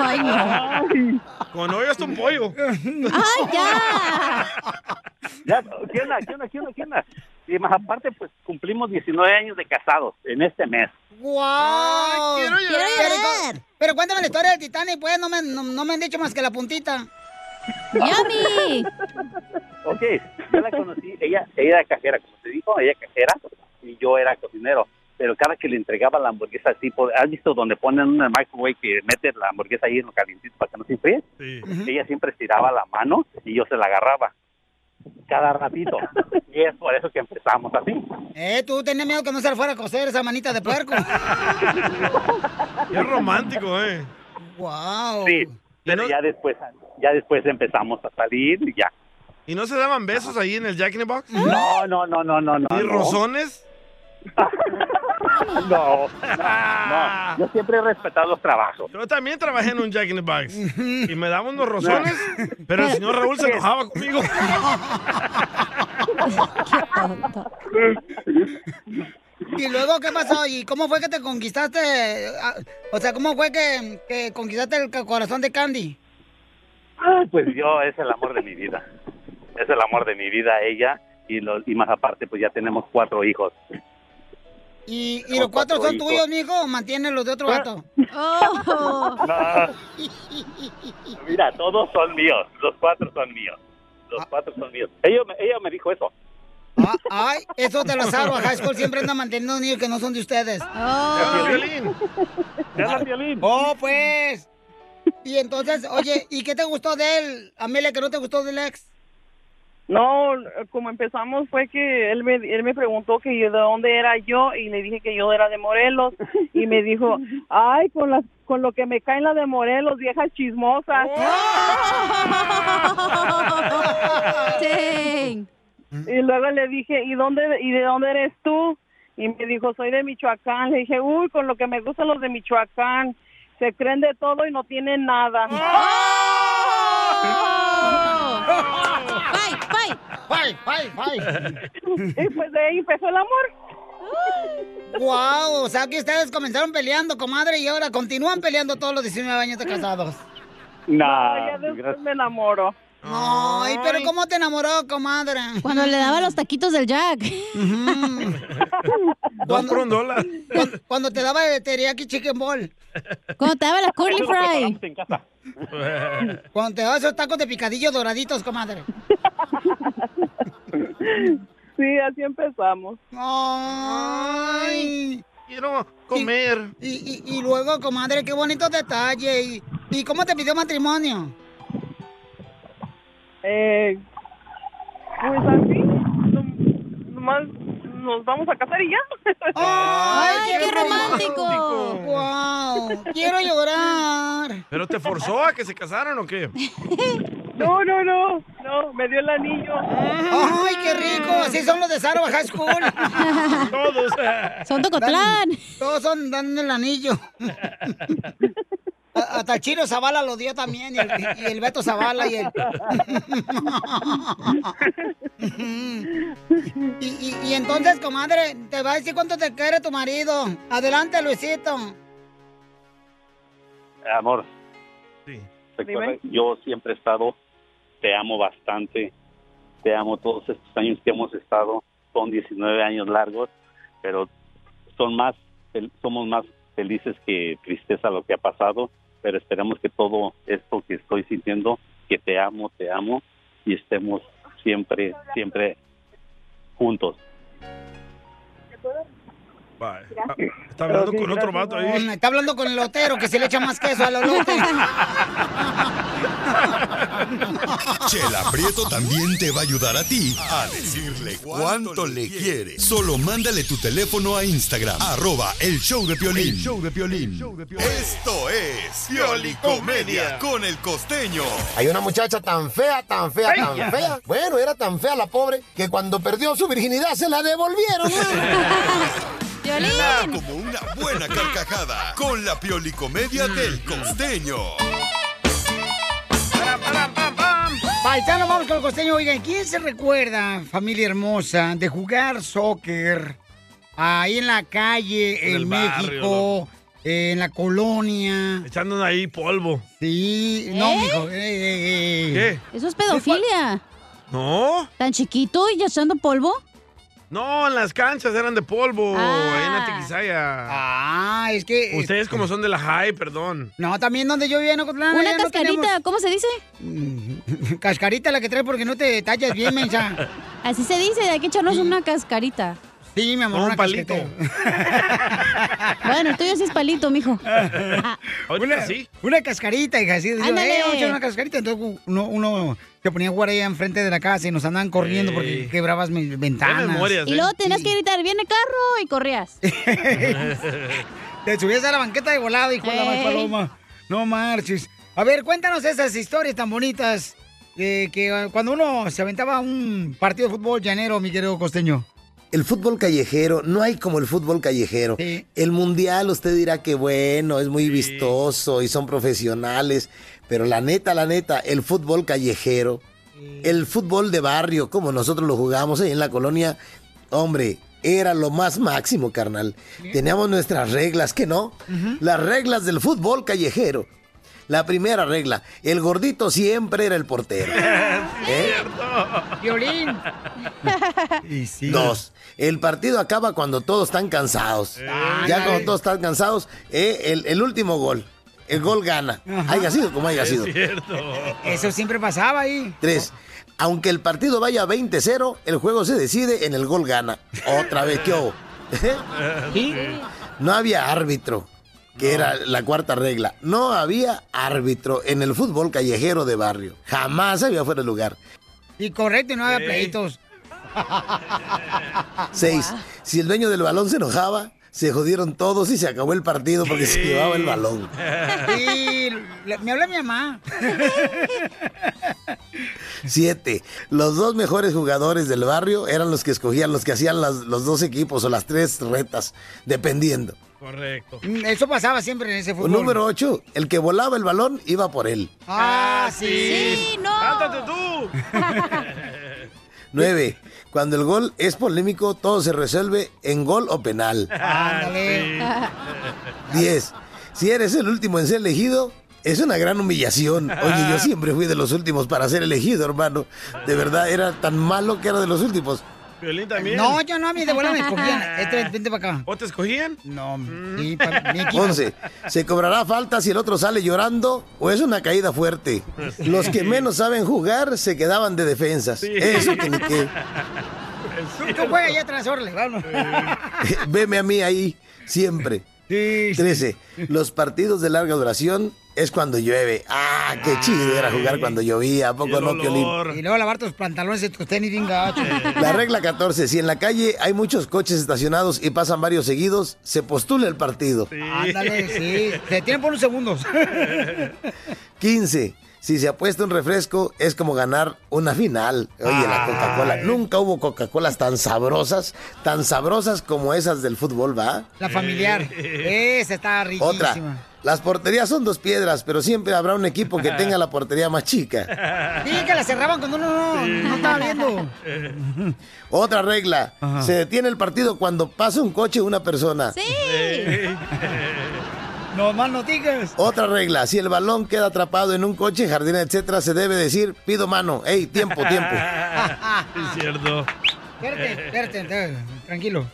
S2: Ay,
S3: no. Con hoy hasta un pollo.
S2: ¡Ay, ya!
S26: Ya, ¿Qué onda, qué onda, qué onda, qué onda? Y más aparte, pues cumplimos 19 años de casados en este mes.
S2: ¡Wow! ¡Quiero llorar! Pero, pero cuéntame la historia del Titanic, pues, no me, no, no me han dicho más que la puntita. ¡Yami!
S26: Ok, yo la conocí, ella, ella era cajera, como te dijo, ella cajera y yo era cocinero. Pero cada que le entregaba la hamburguesa al tipo, ¿has visto donde ponen en el microwave que mete la hamburguesa ahí en lo calientito para que no se enfríe? Ella siempre estiraba la mano y yo se la agarraba cada ratito. y es por eso que empezamos así.
S2: Eh, tú tenías miedo que no se le fuera a coser esa manita de puerco.
S3: Es romántico, ¿eh?
S2: ¡Wow!
S26: Sí, pero ya después, ya después empezamos a salir y ya.
S3: ¿Y no se daban besos ahí en el Jack in the Box?
S26: No, no, no, no, no.
S3: ¿Ni
S26: no.
S3: rozones?
S26: No,
S3: Ah.
S26: no, yo siempre he respetado los trabajos.
S3: Yo también trabajé en un Jack in the Box. Y me daban unos rozones, pero el señor Raúl se enojaba conmigo.
S2: ¿Y luego qué pasó? ¿Y cómo fue que te conquistaste? ah, O sea, ¿cómo fue que, que conquistaste el ca- corazón de Candy?
S26: Ay, pues yo es el amor de mi vida. Es el amor de mi vida ella y, lo- y más aparte pues ya tenemos cuatro hijos.
S2: ¿Y, y los cuatro
S26: cuatro
S2: son
S26: hijos.
S2: tuyos, mijo? ¿O mantienes los de otro gato? Oh.
S26: No. Mira, todos son míos, los cuatro son míos. Los cuatro son míos. Ella, me- ella me dijo eso.
S2: Ah, Ay, eso te lo salvo. High School siempre anda manteniendo niños que no son Ah. de ustedes.
S26: Violín.
S2: ¡Oh, pues! Y entonces, oye, ¿y qué te gustó de él, Amelia, que no te gustó del ex?
S19: No, como empezamos fue que él me, él me preguntó que yo de dónde era yo y le dije que yo era de Morelos y me dijo, ay, con las con lo que me caen las de Morelos, viejas chismosas. Y luego le dije, ¿y dónde y de dónde eres tú? Y me dijo, soy de Michoacán. Le dije, uy, con lo que me gustan los de Michoacán, se creen de todo y no tienen nada.
S2: Ah. Y pues de ahí empezó el amor. Wow, o sea que ustedes comenzaron peleando, comadre, y ahora continúan peleando todos los 19 años de casados.
S26: Nah,
S19: Ya después
S26: gracias.
S19: me enamoro.
S2: Ay, pero ¿cómo te enamoró, comadre?
S4: Cuando le daba los taquitos del Jack.
S3: Dos por un dólar.
S2: Cuando, cuando te daba el teriyaki chicken ball.
S4: Cuando te daba la curly Eso lo fry. preparamos
S2: Cuando te daba esos tacos de picadillo doraditos, comadre.
S19: Sí, así empezamos.
S2: Ay. Quiero comer. Y, y- y luego, comadre, qué bonito detalle. ¿Y, y cómo te pidió matrimonio?
S19: Eh, pues así, nom- nomás nos vamos a casar y ya.
S2: ¡Ay, qué romántico! ¡Wow! ¡Quiero llorar!
S3: ¿Pero te forzó a que se casaran o qué?
S19: No, no, no, no, me dio el anillo.
S2: ¡Ay, qué rico! Así son los de Sarva High School.
S3: Todos.
S2: Son Tocotlán. todos son dando el anillo. A- Hasta el Chino Zavala lo dio también, y el, y el Beto Zavala y el... y, y- y entonces, comadre, te va a decir cuánto te quiere tu marido. Adelante, Luisito.
S26: Amor.
S3: Sí.
S26: Recuerda,
S2: Dime.
S26: yo siempre he estado, te amo bastante, te amo todos estos años que hemos estado, son 19 años largos, pero son más, fel- somos más felices que tristeza lo que ha pasado, pero esperemos que todo esto que estoy sintiendo, que te amo, te amo, y estemos siempre, siempre juntos.
S3: Bye. Está hablando con otro vato ahí.
S2: Mm, Está hablando con el lotero que se le echa más queso al olote.
S1: Chela Prieto también te va a ayudar a ti a decirle cuánto le quieres. Solo mándale tu teléfono a Instagram, arroba el show de Piolín.
S16: El
S1: show de Piolín. Esto es Piolicomedia con el costeño.
S16: Hay una muchacha tan fea, tan fea, tan
S1: Ella.
S16: fea. Bueno, era tan fea la pobre que cuando perdió su virginidad se la devolvieron.
S1: Da Como una buena carcajada con la Piolicomedia del costeño.
S2: Paisano, vamos con el costeño. Oigan, ¿quién se recuerda, familia hermosa, de jugar soccer ahí en la calle,
S3: En
S2: en,
S3: el barrio,
S2: México, eh, en la colonia?
S3: Echándonos ahí polvo. ¿Eh?
S2: Sí, no, mijo. Eh,
S3: ¿Qué?
S4: Eso es pedofilia.
S3: ¿No?
S4: ¿Tan chiquito y ya echando polvo?
S3: No, en las canchas eran de polvo. Ahí en la Tequisaya.
S2: Ah, es que.
S3: Ustedes, como son de la high, perdón.
S2: No, también donde yo vivía en Ocotlán.
S4: Una
S2: allá no
S4: cascarita,
S2: tenemos-
S4: ¿cómo se dice?
S2: Cascarita la que traes porque no te tallas bien, mensa.
S4: Así se dice, hay que echarnos una cascarita.
S2: Sí, mi amor,
S4: No, un
S2: una
S4: palito.
S2: casquete.
S4: Bueno, el tuyo sí es palito, mijo. Ah,
S2: una, una cascarita, hija. Así, digo,
S4: Ándale.
S2: "Eh, vamos a echar una cascarita. Entonces uno, uno se ponía a jugar ahí enfrente de la casa y nos andaban corriendo porque quebrabas mis ventanas.
S4: Y luego tenías que gritar, viene el carro, y corrías.
S2: Te subías a la banqueta de volada, hijo de la más
S4: Ey.
S2: paloma. No marches. A ver, cuéntanos esas historias tan bonitas de que ah, cuando uno se aventaba un partido de fútbol llanero, mi querido costeño.
S16: El fútbol callejero, no hay como el fútbol callejero. El mundial, usted dirá que bueno, es muy vistoso y son profesionales, pero la neta, la neta, el fútbol callejero, el fútbol de barrio, como nosotros lo jugamos ahí en la colonia, hombre, era lo más máximo, carnal. Teníamos nuestras reglas, que no? Las reglas del fútbol callejero. La primera regla, el gordito siempre era el portero. ¿Eh?
S2: Violín.
S16: Dos. El partido acaba cuando todos están cansados. ya cuando todos están cansados, eh, el, el último gol. El gol gana. Haya sido como haya sido.
S2: Eso siempre pasaba ahí.
S16: Tres. Aunque el partido vaya 20-0, el juego se decide en el gol gana. Otra vez, ¿qué hubo?
S2: ¿Sí?
S16: No había árbitro. que era la cuarta regla. No había árbitro en el fútbol callejero de barrio. Jamás había fuera de lugar.
S2: Y correcto, y no había pleitos.
S16: Seis, si el dueño del balón se enojaba, se jodieron todos y se acabó el partido porque se llevaba el balón.
S2: Y le- me habla mi mamá.
S16: Siete, los dos mejores jugadores del barrio eran los que escogían, los que hacían las- los dos equipos o las tres retas, dependiendo.
S3: Correcto.
S2: Mm, Eso pasaba siempre en ese fútbol.
S16: Número ocho, el que volaba el balón iba por él.
S2: Ah, sí.
S6: Sí, no.
S3: ¡Cántate tú!
S16: 9. Cuando el gol es polémico, todo se resuelve en gol o penal.
S6: Ah,
S2: Ándale.
S3: Ah,
S16: 10. Si eres el último en ser elegido, es una gran humillación. Oye, yo siempre fui de los últimos para ser elegido, hermano. De verdad, era tan malo que era de los últimos.
S3: Violín también.
S2: No, yo no, a mi abuela me escogían. Este, vente para acá.
S3: Ah. ¿O te escogían? Mm.
S2: No, mi, pa- mi equipo.
S16: 11. Se cobrará falta si el otro sale llorando o es una caída fuerte. Los que menos saben jugar se quedaban de defensas. Eso que ni qué.
S2: Tú, tú juega allá atrás, órale, vamos.
S16: Veme a mí ahí, siempre. 13. Los partidos de larga duración es cuando llueve. Ah, qué chido era jugar cuando llovía. ¿A poco no, Piolín?
S2: Y luego lavar tus pantalones y tus tenis bien gachos.
S3: Eh,
S16: La regla 14. Si en la calle hay muchos coches estacionados y pasan varios seguidos, se postula el partido.
S2: Ándale, sí. Te tienen por unos segundos.
S16: 15. Si se apuesta un refresco, es como ganar una final. Oye, la Coca-Cola. Nunca hubo Coca-Colas tan sabrosas, tan sabrosas como esas del fútbol, ¿va?
S2: La familiar. Esa está riquísima.
S16: Otra. Las porterías son dos piedras, pero siempre habrá un equipo que tenga la portería más chica.
S2: Dije que la cerraban cuando uno no, no estaba viendo.
S16: Otra regla. Se detiene el partido cuando pasa un coche o una persona.
S2: No más noticias.
S16: Otra regla. Si el balón queda atrapado en un coche, jardín, etcétera, se debe decir, pido mano. Ey, tiempo, tiempo.
S3: es cierto. Eh.
S2: Espérate, espérate, espérate, tranquilo.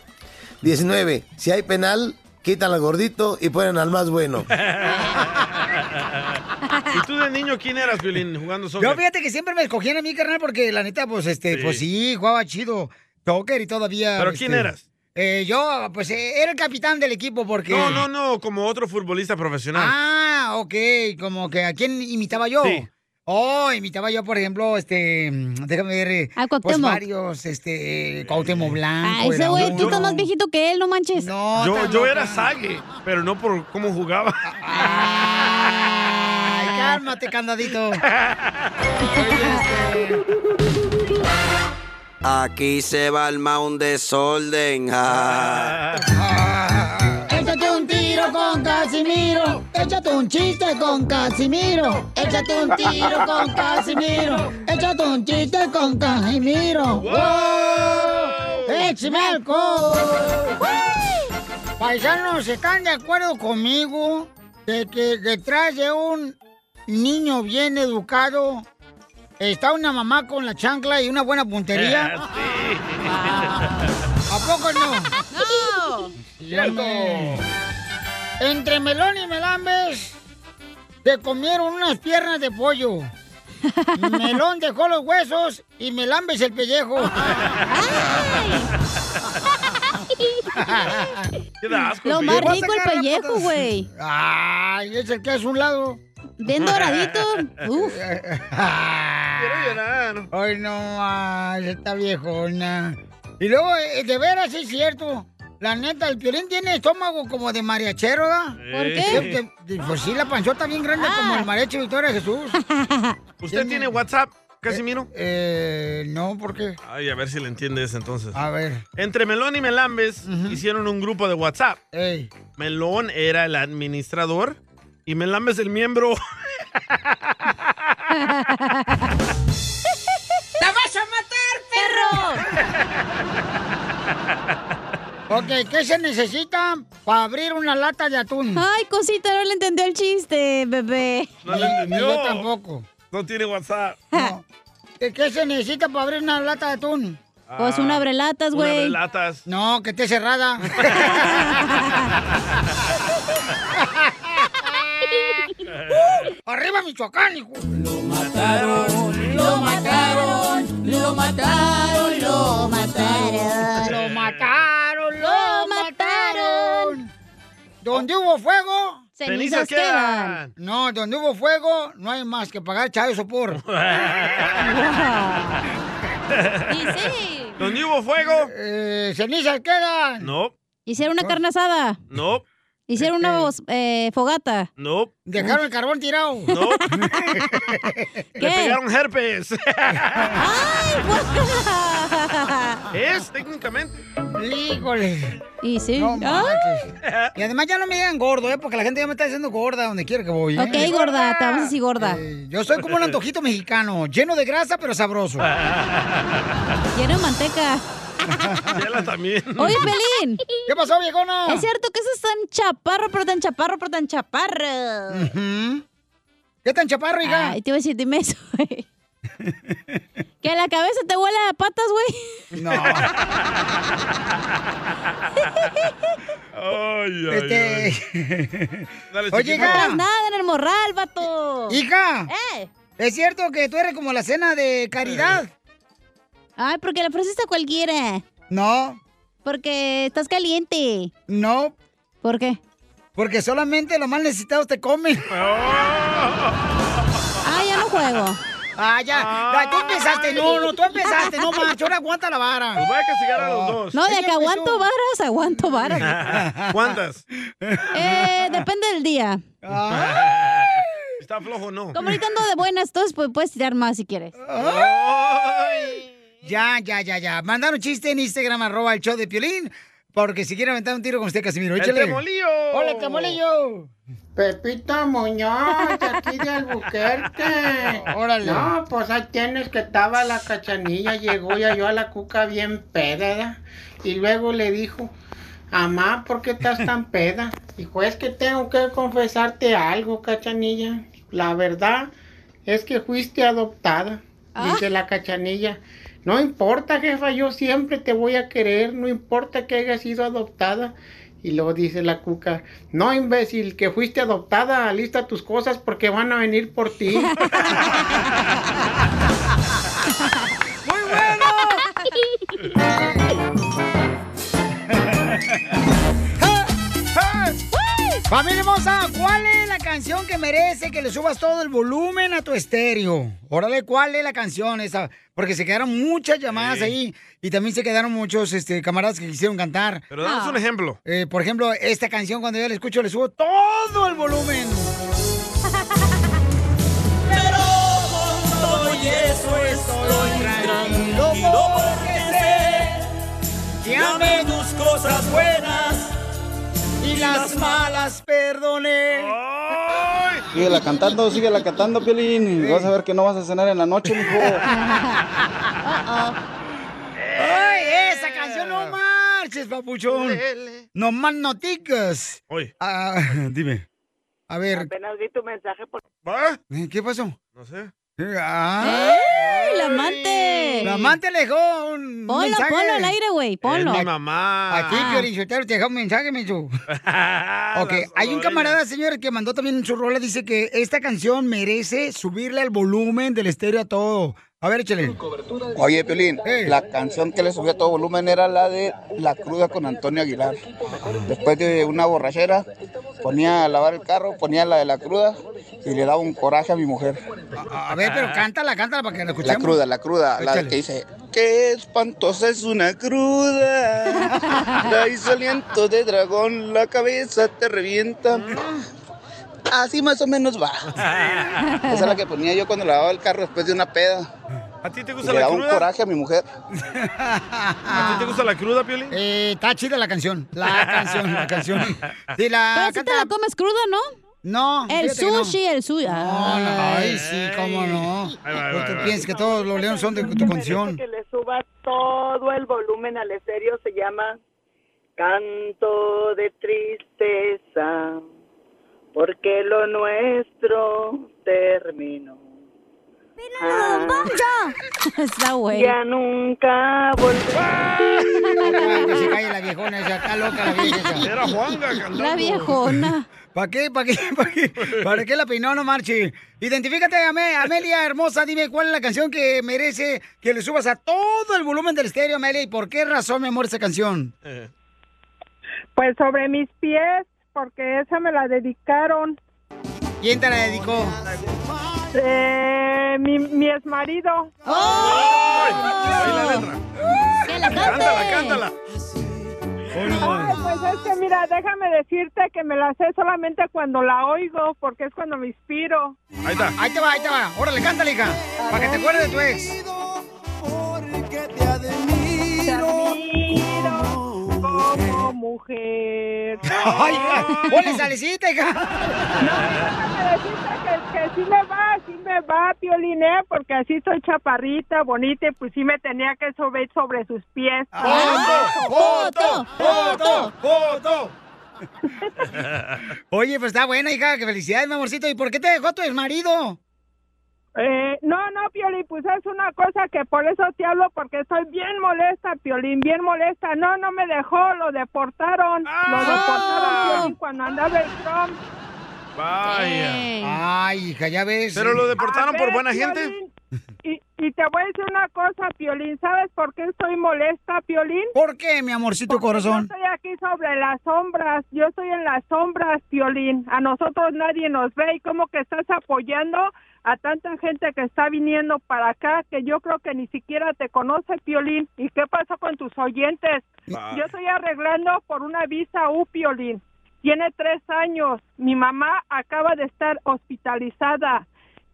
S16: 19. Si hay penal, quitan al gordito y ponen al más bueno.
S3: ¿Y tú de niño quién eras, Violín, jugando soccer?
S2: Yo fíjate que siempre me escogían a mí, carnal, porque la neta, pues este,
S3: Sí.
S2: pues sí, jugaba chido. Soccer y todavía.
S3: ¿Pero quién
S2: este,
S3: eras?
S2: eh, yo, pues, eh, era el capitán del equipo porque.
S3: No, no, no, como otro futbolista profesional.
S2: Ah, ok. Como que a quién imitaba yo.
S3: Sí.
S2: Oh, imitaba yo, por ejemplo, este, mm, déjame ver, eh,
S4: A
S2: pues
S4: Cuauhtémoc.
S2: varios, este, eh, Cuauhtémoc Blanco.
S4: Ah, ese
S2: era
S4: güey, tú
S2: uno.
S4: estás más viejito que él, no manches.
S2: No,
S3: yo yo era Sague, pero no por cómo jugaba.
S2: Ay, cálmate, candadito.
S22: Aquí se va el mound desorden. Ah.
S2: Échate un tiro con Casimiro. Échate un chiste con Casimiro. Échate un tiro con Casimiro. Échate un chiste con Casimiro. ¡Wow! ¡Échame alcohol! Paisanos, ¿están de acuerdo conmigo de que detrás de un niño bien educado está una mamá con la chancla y una buena puntería?
S3: Ah,
S2: ¿A poco no? No. Entre Melón y Melambes se comieron unas piernas de pollo. Melón dejó los huesos y Melambes el pellejo.
S3: Ah. Qué da asco,
S4: Lo
S3: Piolín.
S4: más rico el pellejo, güey.
S2: Ay, es el que hace un lado.
S4: Bien doradito. Uf.
S2: Quiero llorar. Ay, no, ay, está viejona. Y luego, eh, de veras, sí es cierto. La neta, el piolín tiene estómago como de mariachero, ¿verdad?
S3: ¿Por qué?
S2: De- de- pues sí, la panchota bien grande
S4: Ah.
S2: como el mariachi Victoria Jesús.
S3: ¿Usted tiene WhatsApp, Casimiro?
S2: Eh, no, porque...
S3: Ay, a ver si le entiendes entonces.
S2: A ver.
S3: Entre Melón y Melambes hicieron un grupo de WhatsApp. Melón era el administrador y Melambes el miembro.
S2: ¡La vas a Ok, ¿qué se necesita para abrir una lata de atún?
S4: Ay, cosita, no le entendió el chiste, bebé.
S3: No le entendió.
S2: Yo tampoco.
S3: No tiene WhatsApp.
S2: ¿Qué qué se necesita para abrir una lata de atún?
S4: Pues un abrelatas,
S3: Una
S4: güey.
S3: abrelatas.
S2: No, que esté cerrada. ¡Arriba Michoacán, hijo! Lo mataron, lo mataron, lo mataron, lo mataron. Lo mataron, lo mataron. Donde hubo fuego,
S3: Cenizas Cenizas quedan. quedan.
S2: No, donde hubo fuego, no hay más que pagar Chávez Sopor.
S3: ¿Donde hubo fuego?
S2: Eh, cenizas quedan. Ah.
S3: No,
S4: Hicieron una carne asada.
S3: no,
S4: Hicieron una eh, fogata.
S3: no.
S2: Este. Dejaron el carbón tirado.
S3: No. Le pegaron herpes. es técnicamente.
S2: Híjole.
S4: Y sí.
S2: No manches. Y además ya no me digan gordo, ¿eh? Porque la gente ya me está diciendo gorda donde quiera que voy. ¿eh?
S4: Ok, gorda, te vamos a decir gorda.
S2: Eh, yo soy como un antojito mexicano, lleno de grasa pero sabroso.
S4: Lleno de manteca.
S3: Chela también.
S4: Oye, Pelín.
S2: ¿Qué pasó, viejona?
S4: Es cierto que eso es tan chaparro, pero tan chaparro, pero tan chaparro.
S2: ¿Qué tan chaparro,
S4: hija? Ay, te iba a decir, dime eso, güey. que la cabeza te huele a patas, güey.
S2: No.
S3: Ay, ay,
S2: Este-
S3: ay. Dale,
S2: Oye,
S3: chiquito.
S2: hija.
S4: hagas nada en el morral, vato.
S2: Hija.
S4: ¿Eh?
S2: Es cierto que tú eres como la cena de caridad.
S4: Ay, porque le ofreciste a cualquiera.
S2: No.
S4: Porque estás caliente.
S2: No.
S4: ¿Por qué?
S2: Porque solamente los más necesitados te comen.
S4: Ah, ya no juego.
S2: Ah, ya. Ya, Tú empezaste, no, no, tú empezaste, no macho, ahora aguanta la vara.
S3: Los voy Pues a castigar a los dos.
S4: No, de que aguanto varas, aguanto varas.
S3: ¿Cuántas?
S4: Eh, depende del día.
S2: Ah.
S3: ¿Está flojo o no?
S4: Como ahorita ando de buenas, entonces pues, puedes tirar más si quieres.
S2: Ah. Ya, ya, ya, ya. Mandaron chiste en Instagram, arroba el show de Piolín. Porque si quieren aventar un tiro con usted, Casimiro,
S6: ¡El
S2: échale.
S6: Tremolillo!
S2: ¡Hola, el Tremolillo!
S17: Pepito Muñoz, de aquí de Albuquerque.
S2: Órale.
S17: No, pues ahí tienes que estaba la cachanilla, llegó ya yo a la cuca bien peda, ¿verdad? Y luego le dijo, Amá, ¿por qué estás tan peda? Dijo, es que tengo que confesarte algo, cachanilla. La verdad es que fuiste adoptada, dice la cachanilla. No importa, jefa, yo siempre te voy a querer, no importa que hayas sido adoptada. Y luego dice la cuca, no imbécil, que fuiste adoptada, lista tus cosas porque van a venir por ti.
S2: ¡Muy bueno! Familia hermosa, ¿cuál es la canción que merece que le subas todo el volumen a tu estéreo? Órale, ¿cuál es la canción esa? Porque se quedaron muchas llamadas ahí y también se quedaron muchos este, camaradas que quisieron cantar.
S3: Pero danos un ejemplo.
S2: Eh, por ejemplo, esta canción cuando yo la escucho le subo todo el volumen.
S6: Pero con todo y eso estoy tranquilo porque sé que amé tus cosas buenas
S2: y las malas perdoné.
S20: Síguela cantando, síguela cantando, Piolín. y Vas a ver que no vas a cenar en la noche, mijo.
S2: ¡Ay, esa canción no marches, papuchón! No más noticas. Ah,
S3: Oye.
S2: dime. A ver,
S21: Apenas vi tu mensaje por...
S2: eh, ¿qué pasó?
S3: No sé.
S2: ah.
S4: ¿Eh?
S2: ¡Ay,
S4: la amante!
S2: La amante le dejó un
S4: Ponlo,
S2: mensaje.
S4: ponlo al aire, güey, ponlo.
S3: Es mi mamá.
S2: Aquí, Piorichotero, te dejó un mensaje, Michu. Ok, hay un camarada, señor, que mandó también en su rola, dice que esta canción merece subirle el volumen del estéreo a todo. A ver, échale.
S20: Oye, Piolín, la canción que le subí a todo volumen era la de La Cruda con Antonio Aguilar. Después de una borrachera, ponía a lavar el carro, ponía la de La Cruda y le daba un coraje a mi mujer.
S2: A ver, pero cántala, cántala para que la escuchemos.
S20: La cruda, la cruda, la
S2: Échale.
S20: que dice, qué espantosa es una cruda, traes aliento de dragón, la cabeza te revienta. Así más o menos va. Esa es la que ponía yo cuando lavaba el carro después de una peda.
S3: ¿A ti te
S20: y
S3: gusta
S20: le
S3: la
S20: daba un
S3: cruda?
S20: coraje a mi mujer.
S3: ¿A ti te gusta la cruda, Piolín?
S2: Ah. Eh, está chida la canción. La canción, la canción. Sí, la
S4: Pero si te la comes cruda, ¿no?
S2: No.
S4: El
S2: fíjate que no.
S4: sushi, el sushi. ah.
S2: No, no, ay, sí, cómo no. Pero tú piensas que todos los leones son de tu condición.
S21: que le suba todo el volumen al estéreo se llama Canto de Tristeza, porque lo nuestro terminó.
S4: Está güey.
S21: Ya nunca
S1: ¡Ah!
S2: volverá. Que se calle la viejona esa, está loca la vieja.
S3: Era Juanga cantando.
S2: La viejona. ¿Para qué? ¿Para qué? ¿Para qué? ¿Para qué la peinó, no marche? Identifícate, Ame- Amelia, hermosa. Dime cuál es la canción que merece que le subas a todo el volumen del estéreo, Amelia. ¿Y por qué razón, mi amor, esa canción?
S21: Pues sobre mis pies
S23: porque esa me la dedicaron.
S2: ¿Quién te la dedicó?
S23: Eh, mi, mi exmarido.
S2: ¡Oh!
S6: ¡Que la cante! Cántala, cántala.
S23: Ay, pues es que mira, déjame decirte que me la sé solamente cuando la oigo, porque es cuando me inspiro.
S3: Ahí está.
S2: Ahí te va, ahí te va. Órale, cántale, hija. Para que te acuerdes de tu ex.
S23: Te admiro como mujer.
S2: Ay, ay, ponle salecita,
S23: Déjame decirte que, que sí me va, sí me va, Pioliné, porque así soy chaparrita, bonita, y pues sí me tenía que sobre, sobre sus pies.
S6: Ah, ¡Foto! ¡Foto!
S2: ¡Foto! Oye, pues está buena, hija. Que felicidades, mi amorcito. ¿Y por qué te dejó tu exmarido?
S23: Eh, no, no, Piolín, pues es una cosa que por eso te hablo, porque estoy bien molesta, Piolín, bien molesta. No, no me dejó, lo deportaron. Lo
S6: Ah.
S23: deportaron, Piolín, cuando andaba el Trump.
S3: Vaya.
S2: Ay, hija, ya ves.
S3: Pero lo
S23: A
S3: deportaron
S23: ver,
S3: por buena
S23: Piolín,
S3: gente.
S23: Y, y te voy a decir una cosa, Piolín, ¿sabes por qué estoy molesta, Piolín?
S2: ¿Por qué, mi amorcito corazón?
S23: Yo estoy aquí sobre las sombras, yo estoy en las sombras, Piolín. A nosotros nadie nos ve y como que estás apoyando a tanta gente que está viniendo para acá que yo creo que ni siquiera te conoce, Piolín. ¿Y qué pasó con tus oyentes?
S6: Vale.
S23: Yo estoy arreglando por una visa U, Piolín. Tiene tres años. Mi mamá acaba de estar hospitalizada.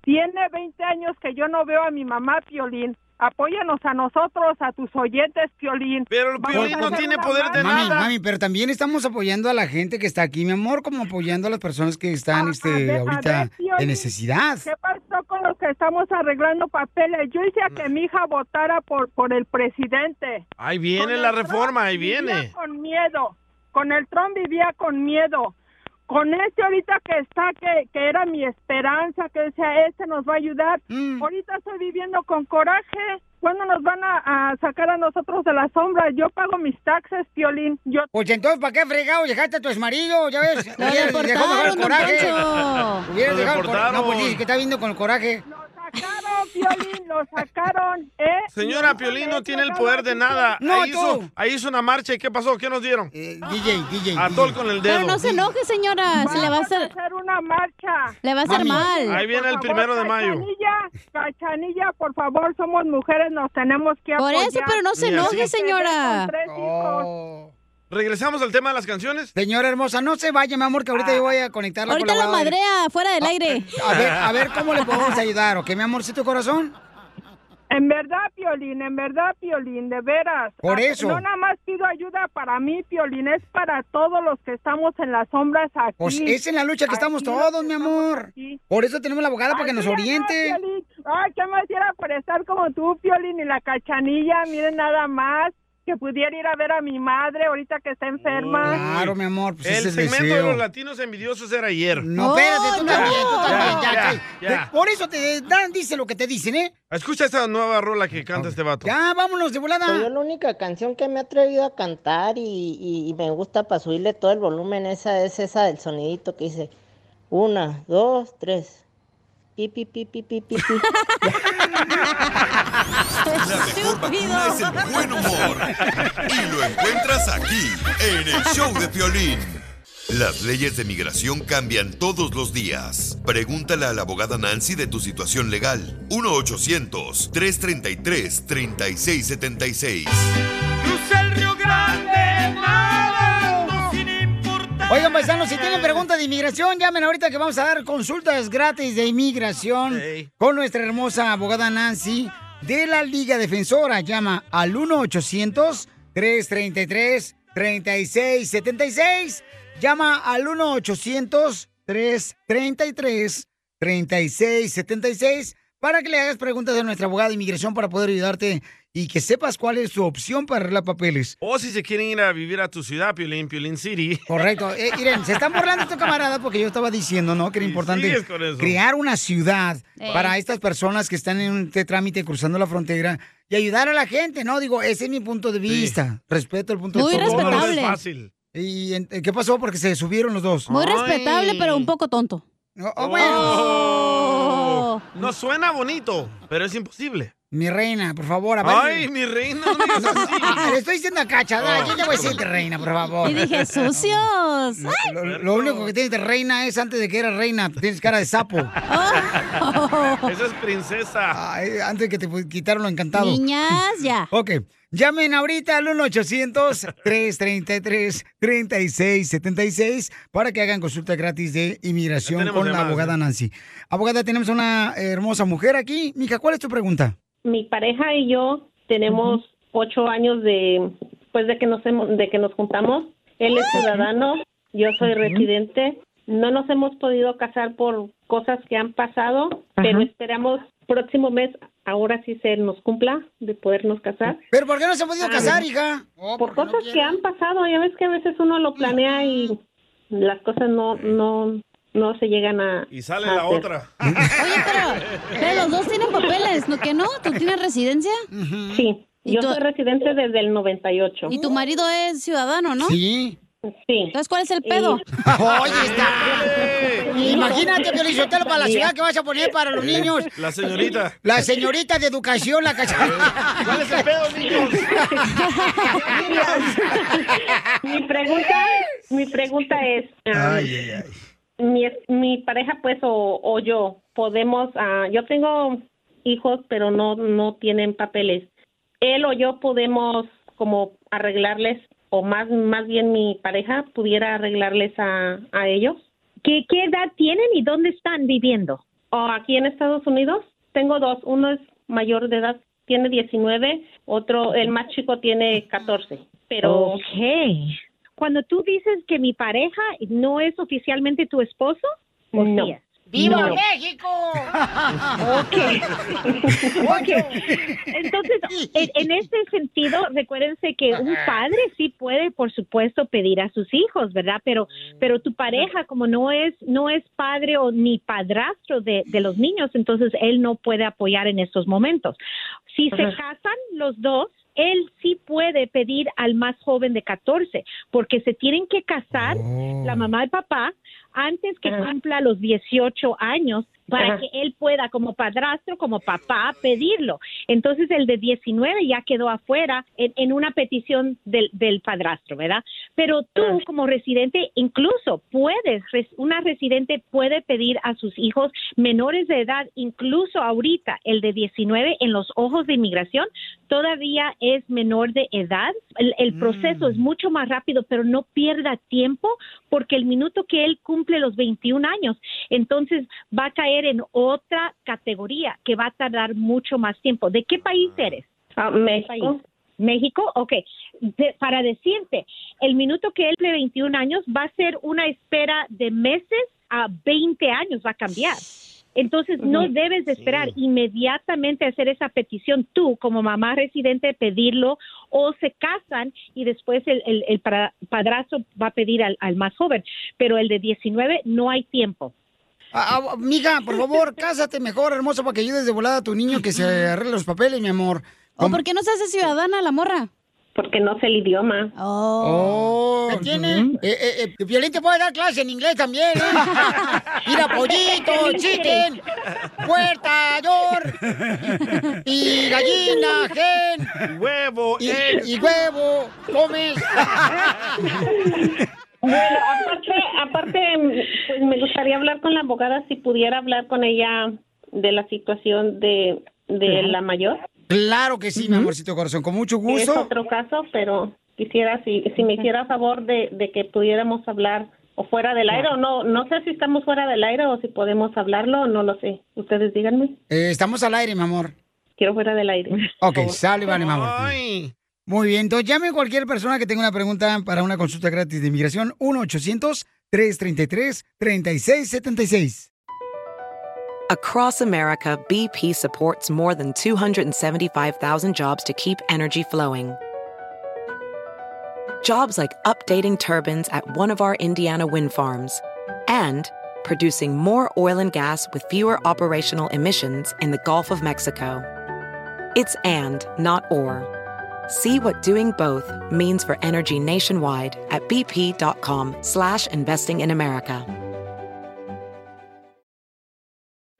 S23: Tiene 20 años que yo no veo a mi mamá, Piolín. Apóyanos a nosotros, a tus oyentes, Piolín.
S3: Pero el
S23: Piolín no tiene poder
S2: mami, Mami, pero también estamos apoyando a la gente que está aquí, mi amor, como apoyando a las personas que están este, ahorita de necesidad.
S23: ¿Qué pasó con los que estamos arreglando papeles? Yo hice a que mi hija votara por, por el presidente.
S3: Ahí viene
S23: Con
S3: la
S23: el
S3: reforma, ahí
S23: Trump
S3: viene.
S23: vivía con miedo. Con el Trump vivía con miedo. Con este ahorita que está, que, que era mi esperanza, que decía, este nos va a ayudar.
S3: Mm.
S23: Ahorita estoy viviendo con coraje. ¿Cuándo nos van a, a sacar a nosotros de la sombra? Yo pago mis taxes, Piolín. Yo...
S2: Pues entonces, ¿para qué fregado? Llegaste a tu exmarido, ya ves.
S23: Lo
S2: Hubieras dejado
S23: deportaron,
S2: el
S23: don
S2: coraje.
S23: Poncho.
S2: Hubieras
S23: Lo
S2: dejado el coraje. No, pues
S3: deportaron.
S2: dice que está viendo con el coraje.
S23: sacaron, Piolín, lo sacaron, ¿eh?
S3: Señora Piolín no tiene el poder de nada.
S23: No,
S3: ahí,
S23: tú.
S3: hizo, ahí hizo una marcha y ¿qué pasó? ¿Qué nos dieron?
S2: Eh, DJ, DJ.
S3: Atol con el dedo.
S4: Pero no se enoje, señora. Se le va a
S23: Vamos
S4: hacer.
S23: hacer una marcha.
S4: Le va a hacer mal.
S3: Ahí viene el
S23: Por
S3: primero de mayo.
S23: Cachanilla, Cachanilla, por favor, somos mujeres, nos tenemos que
S4: Por
S23: apoyar.
S4: eso, pero no se
S3: Ni enoje, así.
S4: señora.
S23: Con tres hijos.
S3: Regresamos al tema de las canciones.
S2: Señora hermosa, no se vaya, mi amor, que ahorita yo voy a conectarla
S4: Ahorita
S2: con la
S4: la
S2: grabadora.
S4: madrea fuera
S2: Ah,
S4: del aire.
S2: A ver, a ver cómo le podemos ayudar, ¿ok, mi amorcito corazón?
S23: En verdad, Piolín, en verdad, Piolín, de veras.
S2: Por
S23: Ah,
S2: eso.
S23: No nada más pido ayuda para mí, Piolín, es para todos los que estamos en las sombras aquí.
S2: Pues es en la lucha que estamos
S23: Aquí los
S2: todos,
S23: que
S2: mi
S23: estamos
S2: amor.
S23: aquí.
S2: Por eso tenemos la abogada para que
S23: Ay,
S2: nos
S23: mira,
S2: oriente.
S23: no, Piolín. Ay, qué más era por estar como tú, Piolín, y la cachanilla, miren nada más, que pudiera ir a ver a mi madre ahorita que está enferma.
S2: Claro, mi amor, pues
S3: el
S2: ese es el
S3: segmento de
S2: deseo.
S3: los latinos envidiosos era ayer.
S2: No, espérate, tú también, tú también, ya,
S3: Ya,
S2: cállate.
S3: ya.
S2: Por eso te dan, dice lo que te dicen, ¿eh?
S3: Escucha esta nueva rola que canta este vato.
S2: Ya, vámonos de
S12: Pues yo
S2: volada.
S12: la única canción que me he atrevido a cantar y, y- y me gusta para subirle todo el volumen esa es esa del sonidito que dice una, dos, tres. Pi, pi, pi, pi, pi, pi, pi.
S1: La mejor vacuna es el buen humor. Y lo encuentras aquí, en el show de Piolín. Las leyes de migración cambian todos los días. Pregúntale a la abogada Nancy de tu situación legal. 1-800-333-3676.
S6: el río grande, nadando sin importar.
S2: Oigan, paisanos, si tienen preguntas de inmigración, llamen ahorita que vamos a dar consultas gratis de inmigración con nuestra hermosa abogada Nancy de la Liga Defensora. Llama al 1-800-333-3676. Llama al 1-800-333-3676 para que le hagas preguntas a nuestra abogada de inmigración para poder ayudarte y que sepas cuál es su opción para arreglar papeles.
S3: O si se quieren ir a vivir a tu ciudad, Piolín, Piolín City.
S2: Correcto. Eh, miren, se están burlando estos camaradas porque yo estaba diciendo, ¿no? Que era importante
S3: sigues con eso.
S2: crear una ciudad
S3: Ey.
S2: para estas personas que están en este trámite cruzando la frontera y ayudar a la gente, ¿no? Digo, ese es mi punto de vista. Respeto el punto
S4: Muy
S2: de vista.
S4: respetable. No lo ves fácil.
S2: ¿Y en- eh, qué pasó? Porque se subieron los dos.
S4: Muy respetable,
S2: ah.
S4: pero un poco tonto.
S2: bueno.
S3: Oh. No suena bonito, pero es imposible.
S2: Oh, Mi reina, por favor,
S3: Ay,
S2: aparte.
S3: mi reina.
S2: Le estoy diciendo a Cacha, ¿no? yo le voy a decir de reina, por favor.
S6: Y dije, sucios.
S2: No, Lo, lo único que tienes de reina es antes de que eras reina, tienes cara de sapo.
S4: Oh.
S3: Esa es princesa.
S2: Ay, Eh, antes que te pu- quitaron lo encantado.
S6: Niñas, ya.
S2: Ok. Llamen ahorita al 1-800-333-3676 para que hagan consulta gratis de inmigración
S27: tenemos
S2: con la
S27: llamadas,
S2: abogada
S27: ¿eh?
S2: Nancy. Abogada, tenemos una hermosa mujer aquí. Mija, ¿cuál es tu pregunta?
S27: mi pareja y yo tenemos ocho años de pues de que nos hemos- de que nos juntamos él es ciudadano yo soy residente no nos hemos podido casar por cosas que han pasado pero esperamos próximo mes ahora sí se nos cumpla de podernos casar Ah,
S2: pero por qué no se ha podido casar, hija?
S27: por cosas que han pasado ya ves que a veces uno lo planea y las cosas no no no se llegan a
S3: Y sale
S27: a
S3: la
S27: hacer.
S3: otra.
S6: Pero los dos tienen papeles, ¿no que no? ¿Tú tienes residencia?
S27: Sí,
S6: ¿Y
S27: yo
S6: tú-
S27: soy residente desde el 98.
S6: Y tu marido es ciudadano, ¿no?
S2: Sí.
S6: Entonces, ¿cuál es el pedo?
S2: Oye, está. Imagínate, Pio Lizotelo, para la ciudad que vas a poner para los niños.
S3: La señorita.
S2: La señorita de educación, la cachada.
S3: ¿Cuál es el pedo, niños?
S27: mi pregunta, mi pregunta es, ah, mi, mi pareja pues o, o yo podemos, ah, yo tengo hijos pero no no tienen papeles. Él o yo podemos como arreglarles o más más bien mi pareja pudiera arreglarles a, a ellos. ¿Qué, ¿Qué edad tienen y dónde están viviendo? aquí en Estados Unidos tengo dos. Uno es mayor de edad, tiene 19, otro, el más chico tiene 14. Pero
S28: Ok. Cuando tú dices que mi pareja no es oficialmente tu esposo, ¿o sí
S27: No.
S28: es?
S27: ¡Viva
S28: No.
S2: México!
S28: Ok. Ok. Entonces, en, en este sentido, recuérdense que un padre sí puede, por supuesto, pedir a sus hijos, ¿verdad? Pero, pero tu pareja, como no es, no es padre o ni padrastro de, de los niños, entonces él no puede apoyar en estos momentos. Si se
S27: Ajá.
S28: casan los dos, él sí puede pedir al más joven de 14, porque se tienen que casar la mamá y papá antes que cumpla los 18 años para
S27: Ajá.
S28: que él pueda como padrastro, como papá, pedirlo. Entonces el de 19 ya quedó afuera en, en una petición del, del padrastro, ¿verdad? Pero tú como residente incluso puedes, res- una residente puede pedir a sus hijos menores de edad, incluso ahorita el de 19 en los ojos de inmigración todavía es menor de edad. El, el proceso es mucho más rápido, pero no pierda tiempo porque el minuto que él cumple los 21 años, entonces va a caer en otra categoría que va a tardar mucho más tiempo. ¿De qué país eres?
S27: Ah, México.
S28: País. México, ok. De- para decirte, el minuto que él cumple 21 años va a ser una espera de meses a 20 años, va a cambiar. Entonces, no
S27: Ujú.
S28: debes de esperar inmediatamente hacer esa petición tú, como mamá residente, pedirlo o se casan y después el, el- el para- padrastro va a pedir al, al más joven, pero el de 19 no hay tiempo.
S2: Ah, ah, mija, por favor, cásate mejor, hermoso, para que ayudes de volada a tu niño que se arregle los papeles, mi amor.
S6: ¿O por qué no se hace ciudadana la morra?
S27: Porque no sé el idioma.
S2: Oh. ¿Qué tiene? Eh, eh, eh, Piolín te puede dar clase en inglés también, ¿eh? Mira, pollito, chicken, puerta, door, y gallina, gen.
S3: Huevo,
S2: y,
S3: egg.
S2: y huevo, comes.
S27: Bueno, aparte, aparte, pues me gustaría hablar con la abogada si pudiera hablar con ella de la situación de, de
S2: Claro.
S27: la mayor.
S2: Claro que sí, mi amorcito corazón, con mucho
S27: Es
S2: gusto.
S27: otro caso, pero quisiera si, si me hiciera favor de, de que pudiéramos hablar o fuera del aire o no. No sé si estamos fuera del aire o si podemos hablarlo, no lo sé. Ustedes díganme.
S2: Eh, estamos al aire, mi amor.
S27: Quiero fuera del aire.
S2: Ok, sale, vale, mi amor. Muy bien, entonces llame a cualquier persona que tenga una pregunta para una consulta gratis de inmigración, 1-800-333-3676.
S11: Across America, BP supports more than 275,000 jobs to keep energy flowing. Jobs like updating turbines at one of our Indiana wind farms and producing more oil and gas with fewer operational emissions in the Gulf of Mexico. It's and, not or. See what doing both means for energy nationwide at bp.com slash investing in America.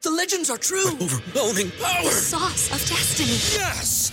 S21: The legends are true.
S25: Overwhelming power!
S21: sauce of destiny.
S25: Yes!